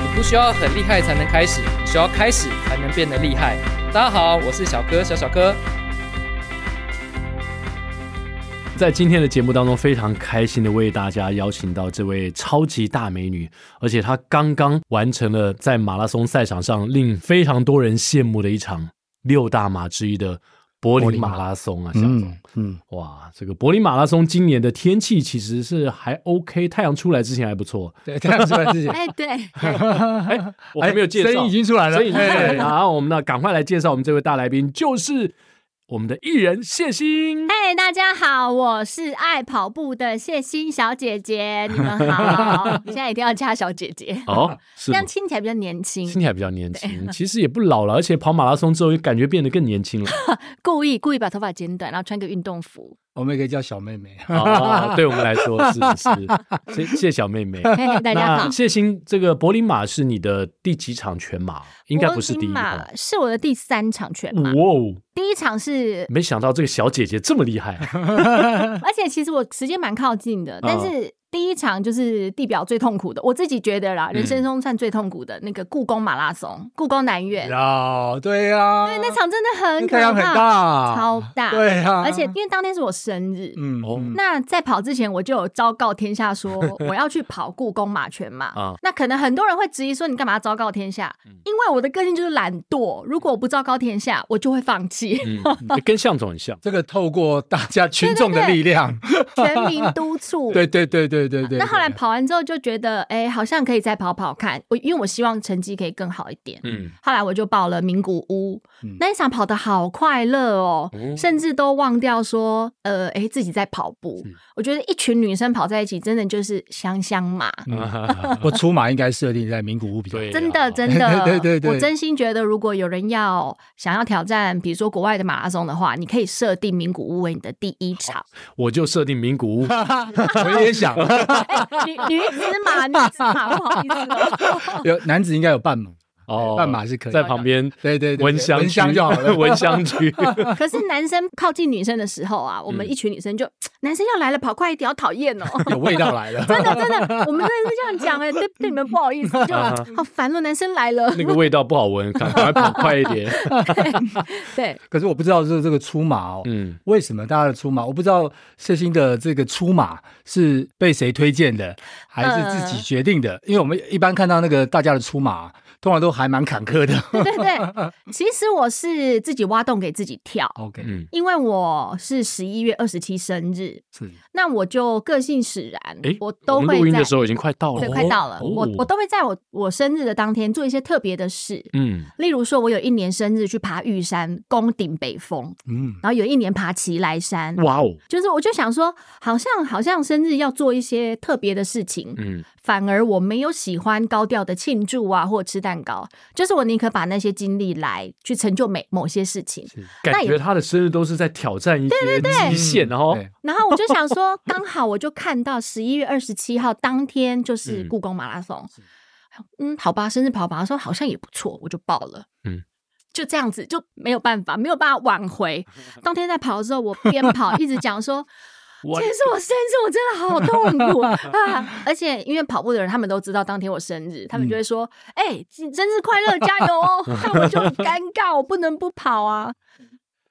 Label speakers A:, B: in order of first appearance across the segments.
A: 你不需要很厉害才能开始，需要开始才能变得厉害。大家好，我是小哥小小哥。
B: 在今天的节目当中，非常开心的为大家邀请到这位超级大美女，而且她刚刚完成了在马拉松赛场上令非常多人羡慕的一场六大马之一的柏
C: 柏
B: 林
C: 林马
B: 马拉松啊，夏总。
C: 嗯嗯，
B: 哇，这个柏林马拉松今年的天气其实是还 OK，太阳出来之前还不错。
C: 对，这样出来自己。
D: 哎，对，
B: 哎，我还没有介绍，
C: 声音已经出来了，哎
B: 所以
C: 嘿
B: 然后我们呢，赶快来介绍我们这位大来宾，就是我们的艺人谢欣。
D: 哎，大家好，我是爱跑步的谢欣小姐姐，你们 好，现在一定要加小姐姐，
B: 哦，是
D: 这
B: 吗
D: 样听起来比较年轻
B: 听，起来比较年轻，其实也不老了，而且跑马拉松之后，也感觉变得更年轻 了。
D: 故意故意把头发剪短，然后穿个运动服，
C: 我们也可以叫小妹妹。
B: 哦，对我们来说是是，谢谢小妹妹。
D: 嘿嘿大家哎好
B: 那。谢欣，这个柏林马是你的第几场全马？应该不是第一
D: 柏
B: 哦
D: 林
B: 吧？
D: 马是我的第三场全
B: 哇
D: 马，
B: 哦，
D: 第一场是，
B: 没想到这个小姐姐这么厉害。啊嗯
D: 而且其实我时间蛮靠近的，但是第一场就是地表最痛苦的，我自己觉得啦，人
B: 嗯
D: 生中算最痛苦的那个故宫马拉松，故宫南苑，
C: 哦，对呀，
D: 对，那场真的很可
C: 太阳很
D: 怕，
C: 大，
D: 超
B: 啊
D: 大，
C: 对呀，
D: 而且因为当天是我生日，
C: 嗯
B: 哦
C: 嗯
D: 那在跑之前我就有昭告天 下说我要去跑故宫马全马。
B: 啊嗯
D: 那可能很多人会质疑说你干嘛昭告天下？因为我的个性就是懒惰，如果我不昭告天下，我就会放弃。
B: 嗯，跟向总很像。
C: 这个透过大家群众的力量，
D: 全 民督促。
C: 对对对对对对。
D: 那后来跑完之后就觉得，哎、好像可以再跑跑看。我因为我希望成绩可以更好一点。
B: 嗯，
D: 后来我就报了名古屋，
C: 嗯
D: 那一场跑得好快乐哦，
B: 哦
D: 甚至都忘掉说，呃，哎、自己在跑步
B: 是。
D: 我觉得一群女生跑在一起，真的就是香香嘛，
C: 嗯对我出马应该设定在名古屋比较好
B: 嗯对啊
D: 真 的真的，
C: 对对对
D: 我真心觉得，如果有人要想要挑战，比如说国外的马拉松的话，你可以设定名古屋为你的第一 场，
B: 我就设定名古屋。
C: 我也想，
D: 女女子马，女子马，不好意思哦。
C: 有男子应该有半马，
B: 哦，
C: 半马是可以
B: 在旁边
C: 对对对
B: 闻香
C: 闻
B: 区
C: 香就好 了
B: 闻香区。
D: 可是男生靠近女生的时候啊，
C: 嗯
D: 我们一群女生就、男生要来了，跑快一点，好讨厌哦。
C: 有味道来 了。
D: 真的真的，我们真的是这样讲哎、对对你们不好意思，就
B: 啊
D: 好烦哦，男生 来了。
B: 那个味道不好闻，赶快跑快一 点。
D: 对，
C: 可是我不知道这这个出马哦，
B: 嗯，
C: 为什么大家的出马？我不知道谢欣的这个出马是被谁推荐
D: 呃
C: 的，还是自己决定的？因为我们一般看到那个大家的出马，通常都还蛮坎坷
B: 嗯
C: 的。
D: 对对对，其实我是自己挖洞给自己跳，
C: OK，
B: 嗯
D: 因为我是十一月二十七生日，
C: 是
D: 那我就个性使然，
B: 诶
D: 我都
B: 们录
D: 会
B: 音
D: 在
B: 的时候已经快到了，
D: 对快到了，
B: 哦
D: 我我都会在我我生日的当天做一些特别的事，
B: 嗯
D: 例如说，我有一年生日去爬玉山攻顶北峰，
C: 嗯，
D: 然后有一年爬奇来山，
B: 哇哦，
D: 就是我就想说，好像好像生日要做一些特别的事情，
B: 嗯
D: 反而我没有喜欢高调的庆祝啊，或吃蛋糕，就是我宁可把那些精力来去成就每某些事情。
C: 是
B: 感
D: 那也
B: 觉他的生日都是在挑战一哦些极限，然后
C: 嗯对
D: 然后我就想说，刚好我就看到十一月二十七号当天就是
B: 嗯
D: 故宫马拉松，嗯，好吧，生日跑马拉松好像也不错，我就报了，
B: 嗯
D: 嗯。就这样子就没有办法，没有办法挽回。当天在跑的时候，我边跑一直讲说：“
B: 我
D: 今天是我生日，我真的好痛苦啊！”而且因为跑步的人，他们都知道当天我生日，他们就会说：“哎、生日快乐，加油哦！”但我就很尴尬，我不能不跑啊。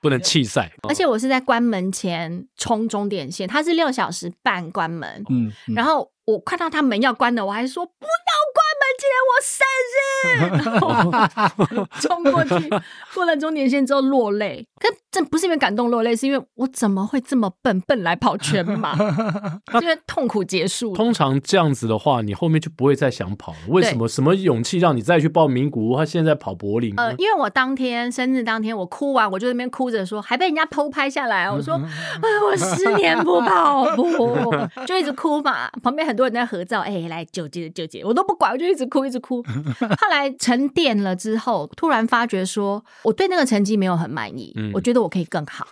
B: 不能弃赛。哦
D: 而且我是在关门前冲终点线，它是六小时半关门，
C: 嗯，
D: 然
C: 后
D: 后我看到他门要关了，我还说不要关门，记得我生日， 然后冲过去，过了终点线之后落泪。可这不是因为感动落泪，是因为我怎么会这么笨，笨来跑全马？因为痛苦结束了。
B: 通常这样子的话，你后面就不会再想跑了。为什么？什么勇气让你再去报名古屋？他现在跑柏林呢，啊
D: 呃，因为我当天生日当天，我哭完，我就在那边哭着说，还被人家偷拍下
B: 嗯
D: 来。我说，哎，我十年不跑步，就一直哭嘛。旁边很多人在合照，哎，来九姐九姐，我都不管，我就一直哭一 直哭。后来沉淀了之后，突然发觉说，我对那个成绩没有很满意，
B: 嗯
D: 我觉得我可以更 好，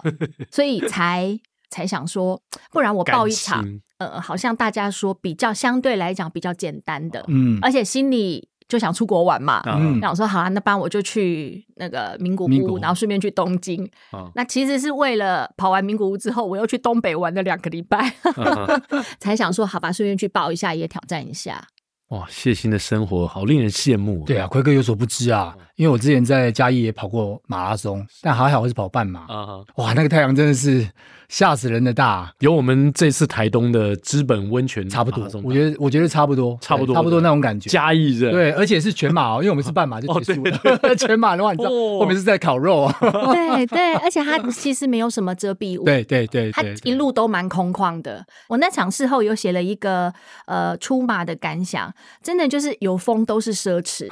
D: 所以才才想说，不然我报一
B: 感
D: 场，
B: 情
D: 呃，好像大家说比较相对来讲比较简单的，
E: 嗯
D: 而且心里就想出国玩嘛，
B: 啊
E: 嗯
D: 那我说好啊，那不然我就去那个名古
E: 名古
D: 屋，
E: 屋
D: 然后顺便去东京。
B: 啊
D: 那其实是为了跑完名古屋之后，我又去东北玩了两个礼拜，
B: 啊
D: 才想说好吧，顺便去报一下，也挑战 一下。
B: 哇，谢欣的生活好令人羡慕。
E: 对啊，奎哥有所不知啊，
B: 嗯
E: 因为我之前在嘉义也跑过马拉松，但还好我是跑半马。
B: 啊，
E: 哇，那个太阳真的是吓死人的大，
B: 有我们这次台东的资本温泉
E: 差不多
B: 马拉，松
E: 我觉得我觉得差不多，
B: 差不
E: 对
B: 多
E: 差不多那种感觉。
B: 嘉义人
E: 对，而且是全马哦，因为我们是半马就结束了。 全马的话，你知道
B: 哦
E: 我们是在烤肉哦。
D: 对对，而且它其实没有什么遮蔽物。
E: 对对对
D: 它
E: 对，
D: 一路都蛮空旷的。我那场事后有写了一个呃出马的感想，真的就是有风都是奢 侈，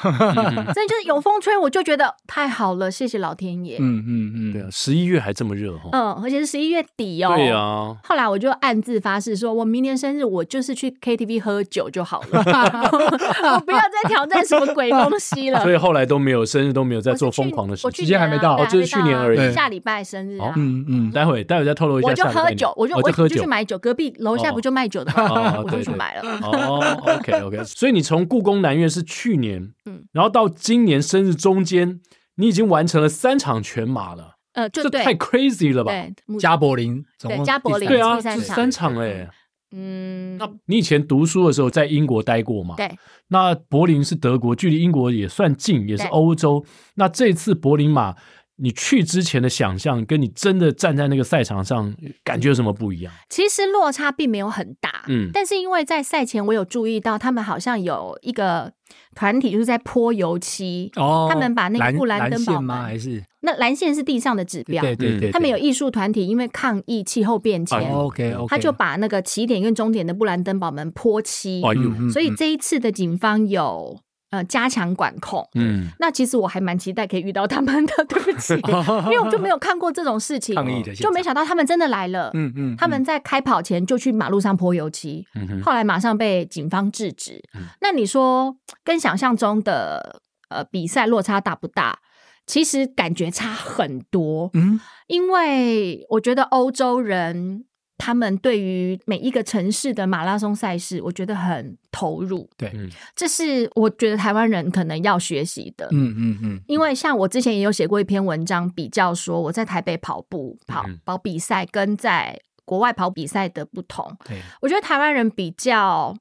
D: 真的就是有风吹我就觉得太好了，谢谢老天爷。嗯嗯
E: 嗯嗯
B: 对
E: 嗯，
B: 啊，十一月还这么热哈。
D: 而且是十一月底哦。
B: 对啊，
D: 后来我就暗自发誓说，我明年生日我就是去 KTV 喝酒就好 了，我不要再挑战什么鬼东西了。
B: 所 以后来都没有生日都没有在
D: 我
B: 做
D: 是去
B: 疯狂的事
D: 我
B: 情。
D: 去
E: 时间还没
D: 年啊
E: 到
D: 对
B: 哦就是去年而已
D: 还没到啊
E: 对
D: 下礼拜生日啊
B: 哦。
E: 嗯嗯，
B: 待会待会再透露一下
D: 我就
B: 下礼拜
D: 喝
B: 你
D: 酒，我就
B: 哦
D: 我
B: 喝
D: 就去
B: 酒。
D: 买酒，隔壁楼下
B: 哦
D: 不就卖酒的
B: 哦
D: 吗
B: 哦？
D: 我就
B: 对
D: 去
B: 对
D: 买了。
B: 哦，OK OK，所以 你从故宫南院是去年，
D: 嗯
B: 然后到今年生日中间，你已经完成了三场全马了，
D: 呃，就
B: 这
D: 对
B: 太 crazy 了吧？
D: 对，目
E: 加柏林，总
D: 对
E: 共
D: 加
E: 第
D: 柏林
B: 对啊，
D: 第三
B: 这
D: 场
B: 三场哎、
D: 嗯，
B: 那你以前读书的时候在英国待过嘛？
D: 对，
B: 那柏林是德国，距离英国也算近，也是
D: 对
B: 欧洲。那这次柏林马，你去之前的想象，跟你真的站在那个赛场上，感觉有什么不一样？
D: 其实落差并没有很大，
B: 嗯
D: 但是因为在赛前我有注意到，他们好像有一个团体就是在泼油漆，
E: 哦，
D: 他们把那个布
E: 蓝
D: 兰登堡
E: 线吗？
D: 门
E: 还是
D: 那蓝线是地上的指标，
E: 对对
B: 嗯
E: 对，
D: 他们有艺术团体因为抗议气候变迁，
B: 哦
E: OK OK，哦
D: 他就把那个起点跟终点的布兰登堡门泼漆，
B: 哎呦，
E: 嗯
D: 所以这一次的警方有呃加强管控。
B: 嗯，
D: 那其实我还蛮期待可以遇到他们的， 对不起， 因为我就没有看过这种事情，
E: 抗议的现
D: 就没想到他们真的来了。
E: 嗯嗯，
D: 他们在开跑前就去马路上泼油漆，
B: 嗯哼
D: 后来马上被警方制止。
B: 嗯
D: 那你说跟想象中的呃比赛落差大不大？其实感觉差很多，
E: 嗯
D: 因为我觉得欧洲人他们对于每一个城市的马拉松赛事，我觉得很投入，
E: 对
B: 嗯
D: 这是我觉得台湾人可能要学习的。
E: 嗯嗯嗯，
D: 因为像我之前也有写过一篇文章，比较说我在台北跑步跑
B: 嗯
D: 跑比赛跟在国外跑比赛的不同。
E: 对
D: 我觉得台湾人比较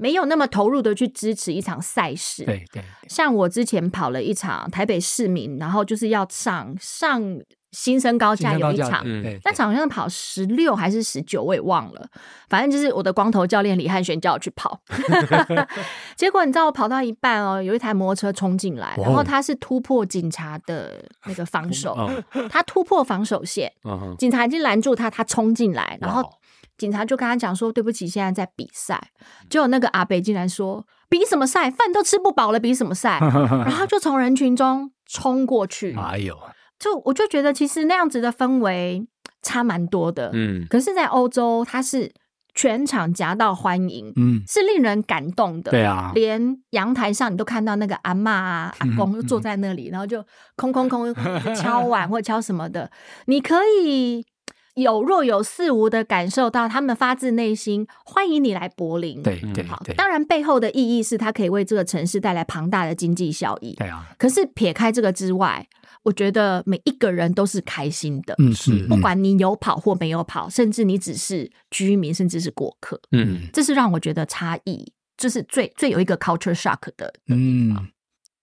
D: 没有那么投入的去支持一场赛事。
E: 对对，
D: 像我之前跑了一场台北市民，然后就是要上上新生高架有一
E: 哦
D: 场，
B: 嗯
E: 对，
D: 那场好像跑十六还是十九，我也忘了。反正就是我的光头教练李汉轩叫我去跑， 结果你知道我跑到一半哦，有一台摩托车冲进来，
E: 哇哦
D: 然后他是突破警察的那个防守，
B: 啊
D: 他突破防守线，
B: 啊哈，
D: 警察已经拦住他，他冲进来，然
B: 哇哦
D: 后警察就跟他讲说：“对不起，现在在比赛。”结果那个阿北竟然说：“比什么赛？饭都吃不饱了，比什么赛？”然后就从人群中冲过去，
C: 啊
E: 哎呦，
D: 就我就觉得其实那样子的氛围差蛮多的。
B: 嗯
D: 可是，在欧洲，它是全场夹道欢迎，
E: 嗯，
D: 是令人感动的。
E: 对啊，
D: 连阳台上你都看到那个阿嬷啊、
E: 嗯
D: 阿公就坐在那里，然后就空 空空敲碗或敲什么的，你可以有若有似无的感受到他们发自内心欢迎你来柏林。
E: 对对
B: 嗯
D: 好
E: 对，
D: 当然背后的意义是它可以为这个城市带来庞大的经济效益。
E: 对啊，
D: 可是撇开这个之外，我觉得每一个人都是开心的，
E: 嗯是
D: 不管你有跑或没有跑，甚至你只是居民，甚至是过客，
B: 嗯，
D: 这是让我觉得差异，就是最最有一个 culture shock 的。
E: 嗯，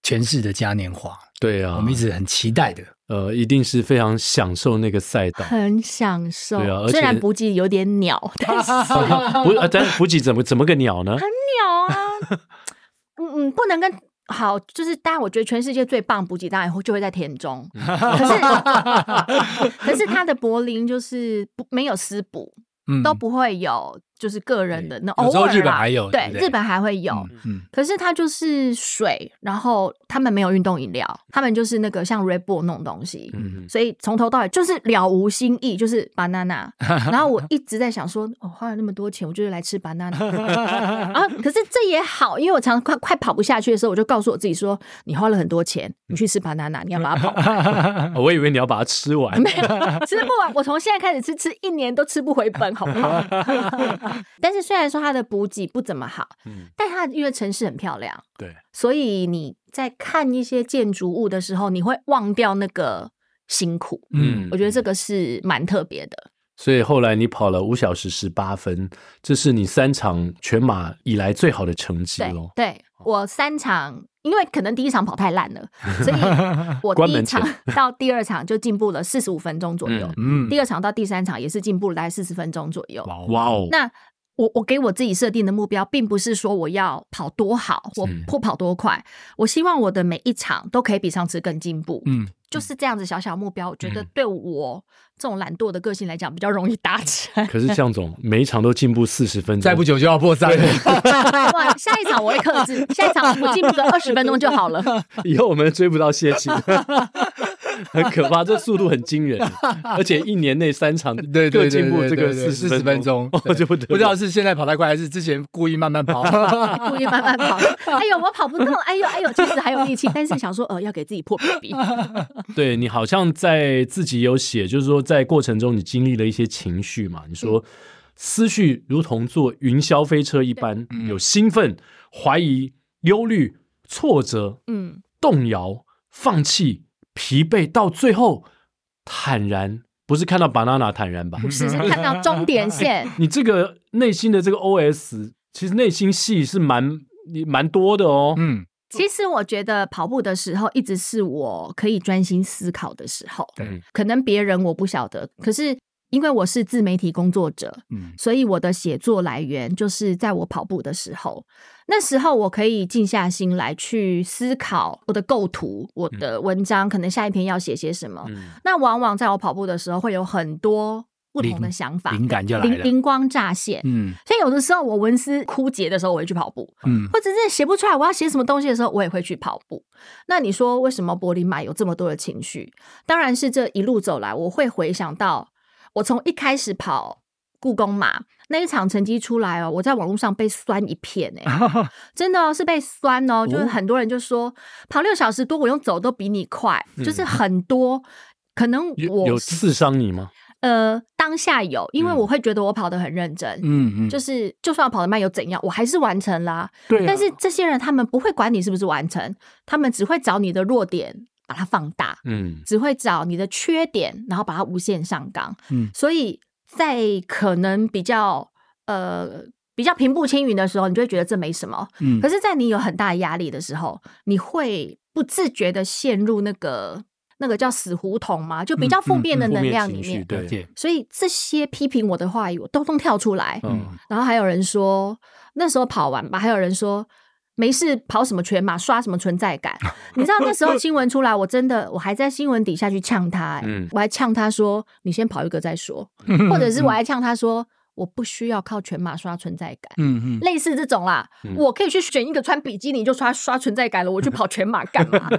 E: 全市的嘉年华，
B: 对啊，
E: 我们一直很期待的，
D: 啊
B: 呃，一定是非常享受那个赛 道。
D: 很享受，
B: 对啊而且
D: 虽然补给有点 鸟，但是啊鸟
B: 呃不，呃但补给怎么怎么个鸟呢？
D: 啊， 嗯嗯，不能跟好，就是当然，我觉得全世界最棒补给当然会就会在田中，可是 可是它的柏林就是不没有私补，
E: 嗯
D: 都不会有就是个人的那
E: 有时候
D: 偶尔
E: 日本
D: 啦
E: 还有对
D: 对
E: 不对
D: 日本还会有。
E: 嗯
D: 可是它就是水，然后他们没有运动饮料，他们就是那个像 Red Bull 那种东西，
B: 嗯，
D: 所以从头到尾就是了无新意，就是 banana。然后我一直在想说，哦，花了那么多钱，我就是来吃 banana。然后可是这也好，因为我常常快快跑不下去的时候，我就告诉我自己说，你花了很多钱，你去吃 banana，你要把它跑完，
B: 哦我以为你要把它吃完，
D: 没有吃不完。我从现在开始吃，吃一年都吃不回本，好不好？但是虽然说它的补给不怎么好，
B: 嗯，
D: 但它因为城市很漂亮，
B: 对，
D: 所以你在看一些建筑物的时候，你会忘掉那个辛苦。
E: 嗯，
D: 我觉得这个是蛮特别的。
B: 所以后来你跑了五小时十八分，这是你三场全马以来最好的成绩
D: 对
B: 喽。
D: 对，我三场，因为可能第一场跑太烂了，所以我
B: 关
D: 第一
B: 门前
D: 场 到第二场就进步了四十五分钟左右，
E: 嗯，
D: 第二场到第三场也是进步了大概四十分钟左右。
E: 哇哦
B: 哇哦，
D: 那我我给我自己设定的目标，并不是说我要跑多好或
B: 是
D: 或跑多快，我希望我的每一场都可以比上次更进步。
E: 嗯，
D: 就是这样子小小目标，我觉得
B: 嗯
D: 对我这种懒惰的个性来讲比较容易达 成。
B: 可是向总哦每一场都进步四十分钟，
E: 再不久就要破三了，
D: 哇，下一场我会克制，下一场我进步个二十分钟就好了。
B: 以后我们追不到谢青，很可怕，这速度很惊人，而且一年内三场
E: 对对
B: 各
E: 对
B: 进步
E: 对
B: 这
E: 对
B: 个
E: 对
B: 四
E: 40分钟
B: 钟，哦，
E: 对
B: 就不得
E: 不知
B: 了
E: 道是现在跑太快还是之前故意慢慢 跑。
D: 故意慢慢跑。哎呦，我跑不动了，哎呦哎呦，其实还有力气，但是想说呃要给自己破比 比。
B: 对你好像在自己有写，就是说在过程中你经历了一些情绪嘛，你
E: 嗯
B: 说。思绪如同坐云霄飞车一般，
E: 嗯
B: 有兴奋、怀疑、忧虑、挫折、
D: 嗯，
B: 动摇、放弃、疲惫，到最后坦然，不是看到 banana 坦然吧？
D: 不是，是看到终点线。
B: 你这个内心的这个 OS，其实内心戏是蛮蛮多的哦。
E: 嗯，
D: 其实我觉得跑步的时候，一直是我可以专心思考的时候。
B: 对，
D: 可能别人我不晓得，可是因为我是自媒体工作者，
E: 嗯
D: 所以我的写作来源就是在我跑步的时候。那时候我可以静下心来去思考我的构图，我
E: 嗯
D: 的文章可能下一篇要写些什么。
B: 嗯，
D: 那往往在我跑步的时候，会有很多不同的想法，
E: 灵感就来
D: 灵
E: 了。
D: 灵光乍现。
E: 嗯
D: 所以有的时候我文思枯竭的时候，我会去跑步；
E: 嗯
D: 或者是写不出来我要写什么东西的时候，我也会去跑步。那你说为什么柏林马有这么多的情绪？当然是这一路走来，我会回想到我从一开始跑故宫马那一场成绩出来哦，我在网络上被酸一片哎、
B: 啊
D: 真的、哦、是被酸哦，就是很多人就说、跑六小时多，我用走都比你快，就是很多。可能
B: 嗯 有有
D: 我
B: 刺伤你吗？
D: 呃当下有，因为
B: 嗯
D: 我会觉得我跑得很认真，
E: 嗯嗯，
D: 就是就算我跑得慢又怎样，我还是完成啦。
B: 对啊
D: 但是这些人他们不会管你是不是完成，他们只会找你的弱点把它放大，
B: 嗯，
D: 只会找你的缺点，然后把它无限上纲。
E: 嗯
D: 所以在可能比较呃比较平步青云的时候，你就会觉得这没什么。
E: 嗯
D: 可是，在你有很大的压力的时候，你会不自觉的陷入那个那个叫死胡同嘛，就比较负面的
B: 嗯负
D: 能
B: 面
D: 量里
B: 情绪
D: 面。
E: 了
B: 对，
E: 解，
D: 所以这些批评我的话语，我都通跳出来。
B: 嗯，
D: 然后还有人说那时候跑完吧，还有人说没事跑什么全马刷什么存在 感。你知道那时候新闻出来，我真的我还在新闻底下去呛他、欸，
B: 嗯
D: 我还呛他说你先跑一个 再说，或者是我还呛他说我不需要靠全马刷存在感。
E: 嗯嗯
D: 类似这种啦，
B: 嗯
D: 我可以去选一个穿比基尼就刷刷存在感了，我去跑全马 干嘛？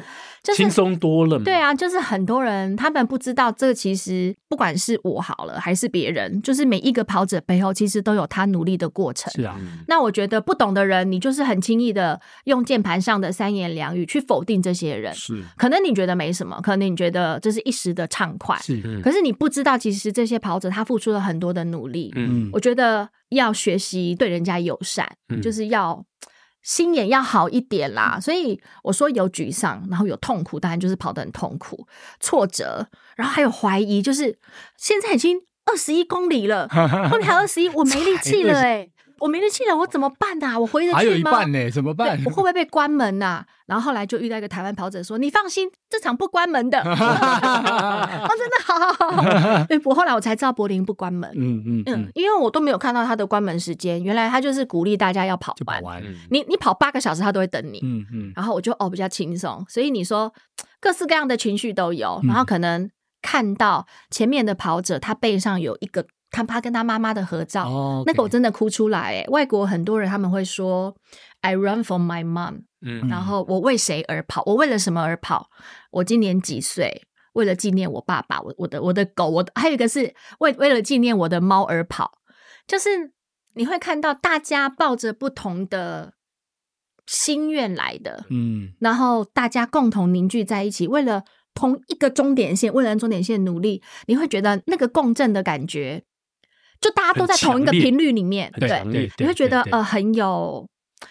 D: 就是
B: 轻松多
E: 嗯
B: 了嘛。
D: 对，啊，就是很多人他们不知道，这其实不管是我好了，还是别人，就是每一个跑者背后其实都有他努力的过程。
E: 是啊，
B: 嗯
D: 那我觉得不懂的人，你就是很轻易的用键盘上的三言两语去否定这些人。
B: 是，
D: 可能你觉得没什么，可能你觉得这是一时的畅快，
E: 是
B: 嗯
D: 可是你不知道，其实这些跑者他付出了很多的努力。
B: 嗯
E: 嗯
D: 我觉得要学习对人家友善，
B: 嗯
D: 就是要心眼要好一点
C: 嗯
D: 啦。所以我说有沮丧，然后有痛苦，当然就是跑得很痛苦、挫折，然后还有怀 疑，就是现在已经二十一公里了，后面还二十一，我没力气了哎、我没力气了，我怎么办呐、我回得
C: 还有
D: 去
C: 一
D: 吗？
C: 半呢，怎么
D: 对
C: 办？
D: 我会不会被关门呐、然后后来就遇到一个台湾跑者说：“你放心，这场不关门的。” 我真的好好好。 对，我后来我才知道柏林不关门，
C: 嗯嗯
D: 嗯
C: 嗯，，
D: 因为我都没有看到他的关门时间，原来他就是鼓励大家要跑
C: 就把
D: 完。
C: 完，
B: 嗯
D: 你你跑八个小时，他都会等你。
C: 嗯嗯，
D: 然后我就哦比较轻松，所以你说各式各样的情绪都有，
C: 嗯
D: 然后可能看到前面的跑者，他背上有一个他他跟他妈妈的合照，
C: 哦，
D: 那个我真的哭出来、欸。外国很多人他们会说 “I run for my mom”，
B: 嗯
D: 然后我为谁而跑？我为了什么而跑？我今年几岁？为了纪念我爸爸，我我的我的狗，我的还有一个是为为了纪念我的猫而跑，就是你会看到大家抱着不同的心愿来的，
C: 嗯
D: 然后大家共同凝聚在一起，为了同一个终点线，为了终点线努力，你会觉得那个共振的感觉，就大家都在同一个
B: 很强烈
D: 频率里面，
B: 很
D: 对
B: 强烈
D: 你会觉得
C: 对
D: 呃很有，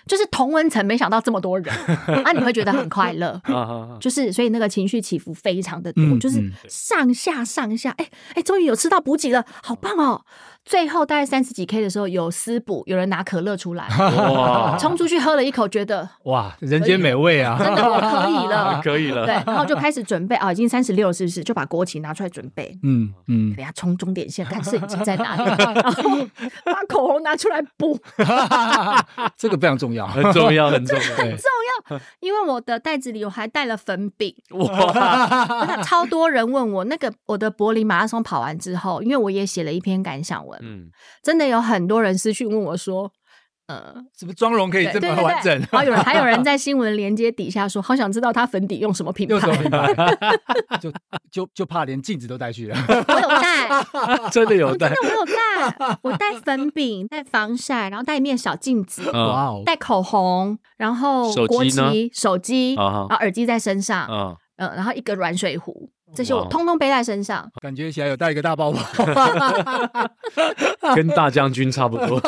D: 就是同温层，没想到这么多人， 啊，你会觉得很快乐。
B: 啊啊
D: 就是，所以那个情绪起伏非常的多，
C: 哦嗯
D: 就是
C: 嗯
D: 上下上下，哎、哎，终于有吃到补给了，好棒哦！最后大概三十几 K 的时候有私补，有人拿可乐出 来，
B: 哇，
D: 冲出去喝了一口，觉得
C: 哇，人间美味啊，
D: 真的我可以了，
B: 啊可以了，
D: 对，然后就开始准备啊、已经三十六是不是？就把国旗拿出来准备。
C: 嗯嗯，
D: 等一下冲终点线，看摄影机在哪里， 然后把口红拿出来补。
C: 这个非常重 要，
B: 很重要，很重要。
C: 对，
D: 因为我的袋子里我还带了粉饼，
B: 哇，
D: 真的超多人问我那个我的柏林马拉松跑完之后，因为我也写了一篇感想文，
B: 嗯，
D: 真的有很多人私讯问我说，呃，
C: 是不是妆容可以
D: 对
C: 这
D: 对
C: 么
D: 对哎
C: 完整
D: 对？然后有人还有人在新闻连接底下说，好想知道他粉底用什么品
C: 又什么
D: 牌，
C: 品牌？就 就就怕连镜子都带去了。
D: 我有带，
B: 真的有
D: 我真
B: 带
D: 的我有带，我带粉饼，带防晒，然后带一面小镜子，
E: 嗯
B: 啊
C: 哇哦，
D: 带口红，然后
B: 手
D: 国
B: 机呢
D: 旗、手机，然
B: 啊
D: 后耳机在身上，
B: 啊！
D: 嗯，然后一个软水壶，这些我
B: 哇哦
D: 通通背在 身上。
C: 感觉起来有带一个大 包包。
B: 嗯跟大将军差不 多。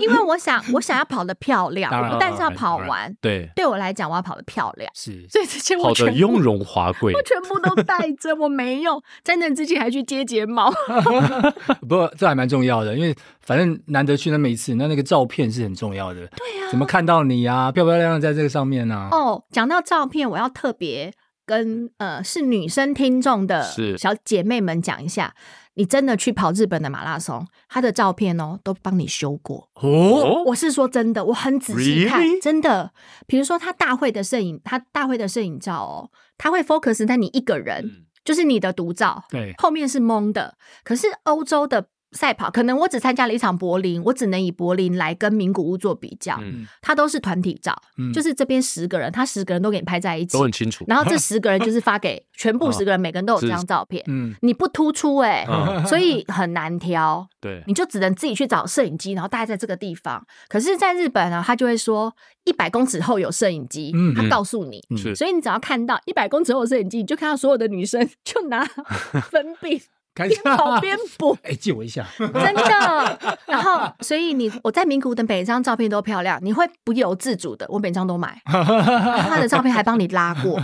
D: 因为我想，我想要跑得漂亮，
C: 当然
D: 我不但是要跑
C: 当然
D: 完，
B: 对，
D: 对我来讲，我要跑得漂亮，
C: 是，
D: 所以这些
B: 跑
D: 我
B: 得
D: 全部
B: 雍容华贵
D: 我。 全部都带着，我没用。在那之前还去接睫毛，
B: 嗯
C: 不过这还蛮重要的，因为反正难得去那么一次，那那个照片是很重要的。对啊，怎么看到你啊，漂漂亮亮在这个上面呢、啊？
D: 哦，讲到照片，我要特别跟呃是女生听众的
B: 是
D: 小姐妹们讲一下，你真的去跑日本的马拉松，她的照片哦都帮你修过。
C: 哦，
D: 我是说真的，我很仔细看
B: Really？
D: 真的。比如说她大会的摄影，她大会的摄影照哦，她会 focus 在你一个人，
B: 嗯
D: 就是你的独照，
C: 对
D: 后面是蒙的。可是欧洲的。赛跑可能我只参加了一场柏林，我只能以柏林来跟名古屋做比较，
B: 嗯，
D: 它都是团体照，
C: 嗯
D: 就是这边十个人，他十个人都给你拍在一起
B: 都，很清楚。
D: 然后这十个人就是发给全
C: 哦
D: 部十个人，每个人都有这张照片，
C: 嗯，
D: 你不突出哎、
B: 嗯
D: 所以很难挑，
B: 对，
D: 你就只能自己去找摄影机，然后大概在这个地方。可是，在日本呢，啊他就会说一百公尺后有摄影机
C: 嗯，
D: 他告诉你。
B: 是
D: 所以你只要看到一百公尺后有摄影机，你就看到所有的女生 就拿粉笔
C: 开
D: 边
C: 心。
D: 跑边补，
C: 哎，借我一下。
D: 真的。然后，所以你我在名古屋的每一张照片都漂亮，你会不由自主的，我每张都买。他的照片还帮你拉过。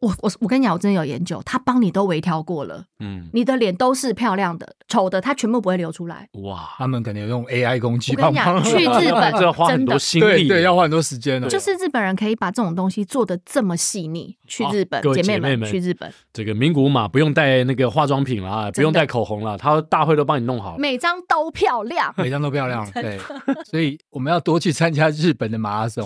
D: 我我我跟你讲，我真的有研究，他帮你都微调过了，
B: 嗯，
D: 你的脸都是漂亮的，丑的他全部不会流出来。
B: 哇，
C: 他们可能有用 AI 工具
D: 我跟
C: 帮
D: 你
C: 忙
D: 讲，。去日本
B: 这要花很
D: 真
B: 多
D: 的
B: 心
C: 对
B: 力，
C: 对，要花很多时间呢。
D: 就是日本人可以把这种东西做的这么细腻。去
B: 好
D: 日本
B: 各，位
D: 姐
B: 姐
D: 妹
B: 妹
D: 们，
B: 们
D: 去日本，
B: 这个名古屋嘛，不用带那个化妆品啦，不用带口红啦，他大会都帮你弄好了。
D: 每张都漂亮。
C: 每张都漂亮，对，所以我们要多去参加日本的马拉松。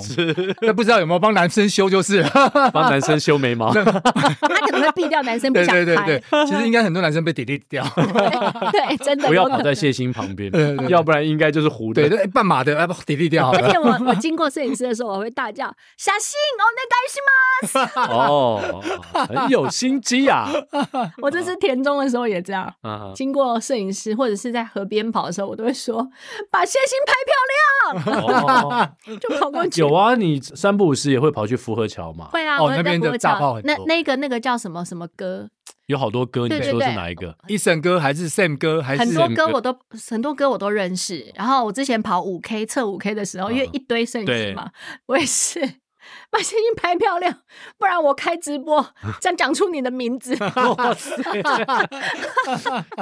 C: 那不知道有没有帮男生修就是了。
B: 帮男生修眉毛，
D: 他可能会避掉男生不
C: 对
D: 想拍，
C: 对对对，其实应该很多男生被 delete 掉。
D: 对对真的
B: 不要
D: 有可
B: 跑在
D: 能
B: 谢欣旁边
C: 对对，对
B: 要不然应该就是糊
C: 对，
B: 的。
C: 那哎半马的要不 delete 掉好
D: 而
C: 了。
D: 且我我经过摄影师的时候，我会大叫“小心哦，那该是
B: 哦，很有心机啊！
D: 吗？”我这
C: 嗯
D: 次田中的时候也这样，
B: 啊，
D: 经过摄影师或者是在河边跑的时候，我都会说“把谢欣拍漂亮
B: 哦，”，
C: 啊
D: 就 跑过去。
B: 有啊，你三不五时也会跑去福河桥嘛，
D: 会啊，
C: 哦
D: 我
C: 那
D: 会在
C: 边的
D: 国
C: 炸
D: 桥
C: 炮很
D: 那
C: 多
D: 那个那个叫什么什么歌，
B: 有好多歌，你
D: 对对
B: 说是
D: 对
B: 哪一个？
C: e a 哥还是 Sam 哥还
D: 很
C: 是
D: 多
B: Sam
D: 歌
B: 歌
D: 我都很多歌我都认识。然后我之前跑五 K 测五 K 的时候，因为
B: 嗯
D: 一堆摄影
B: 对
D: 师嘛，我也是。把星星拍漂亮，不然我开直播， 想讲出你的名字。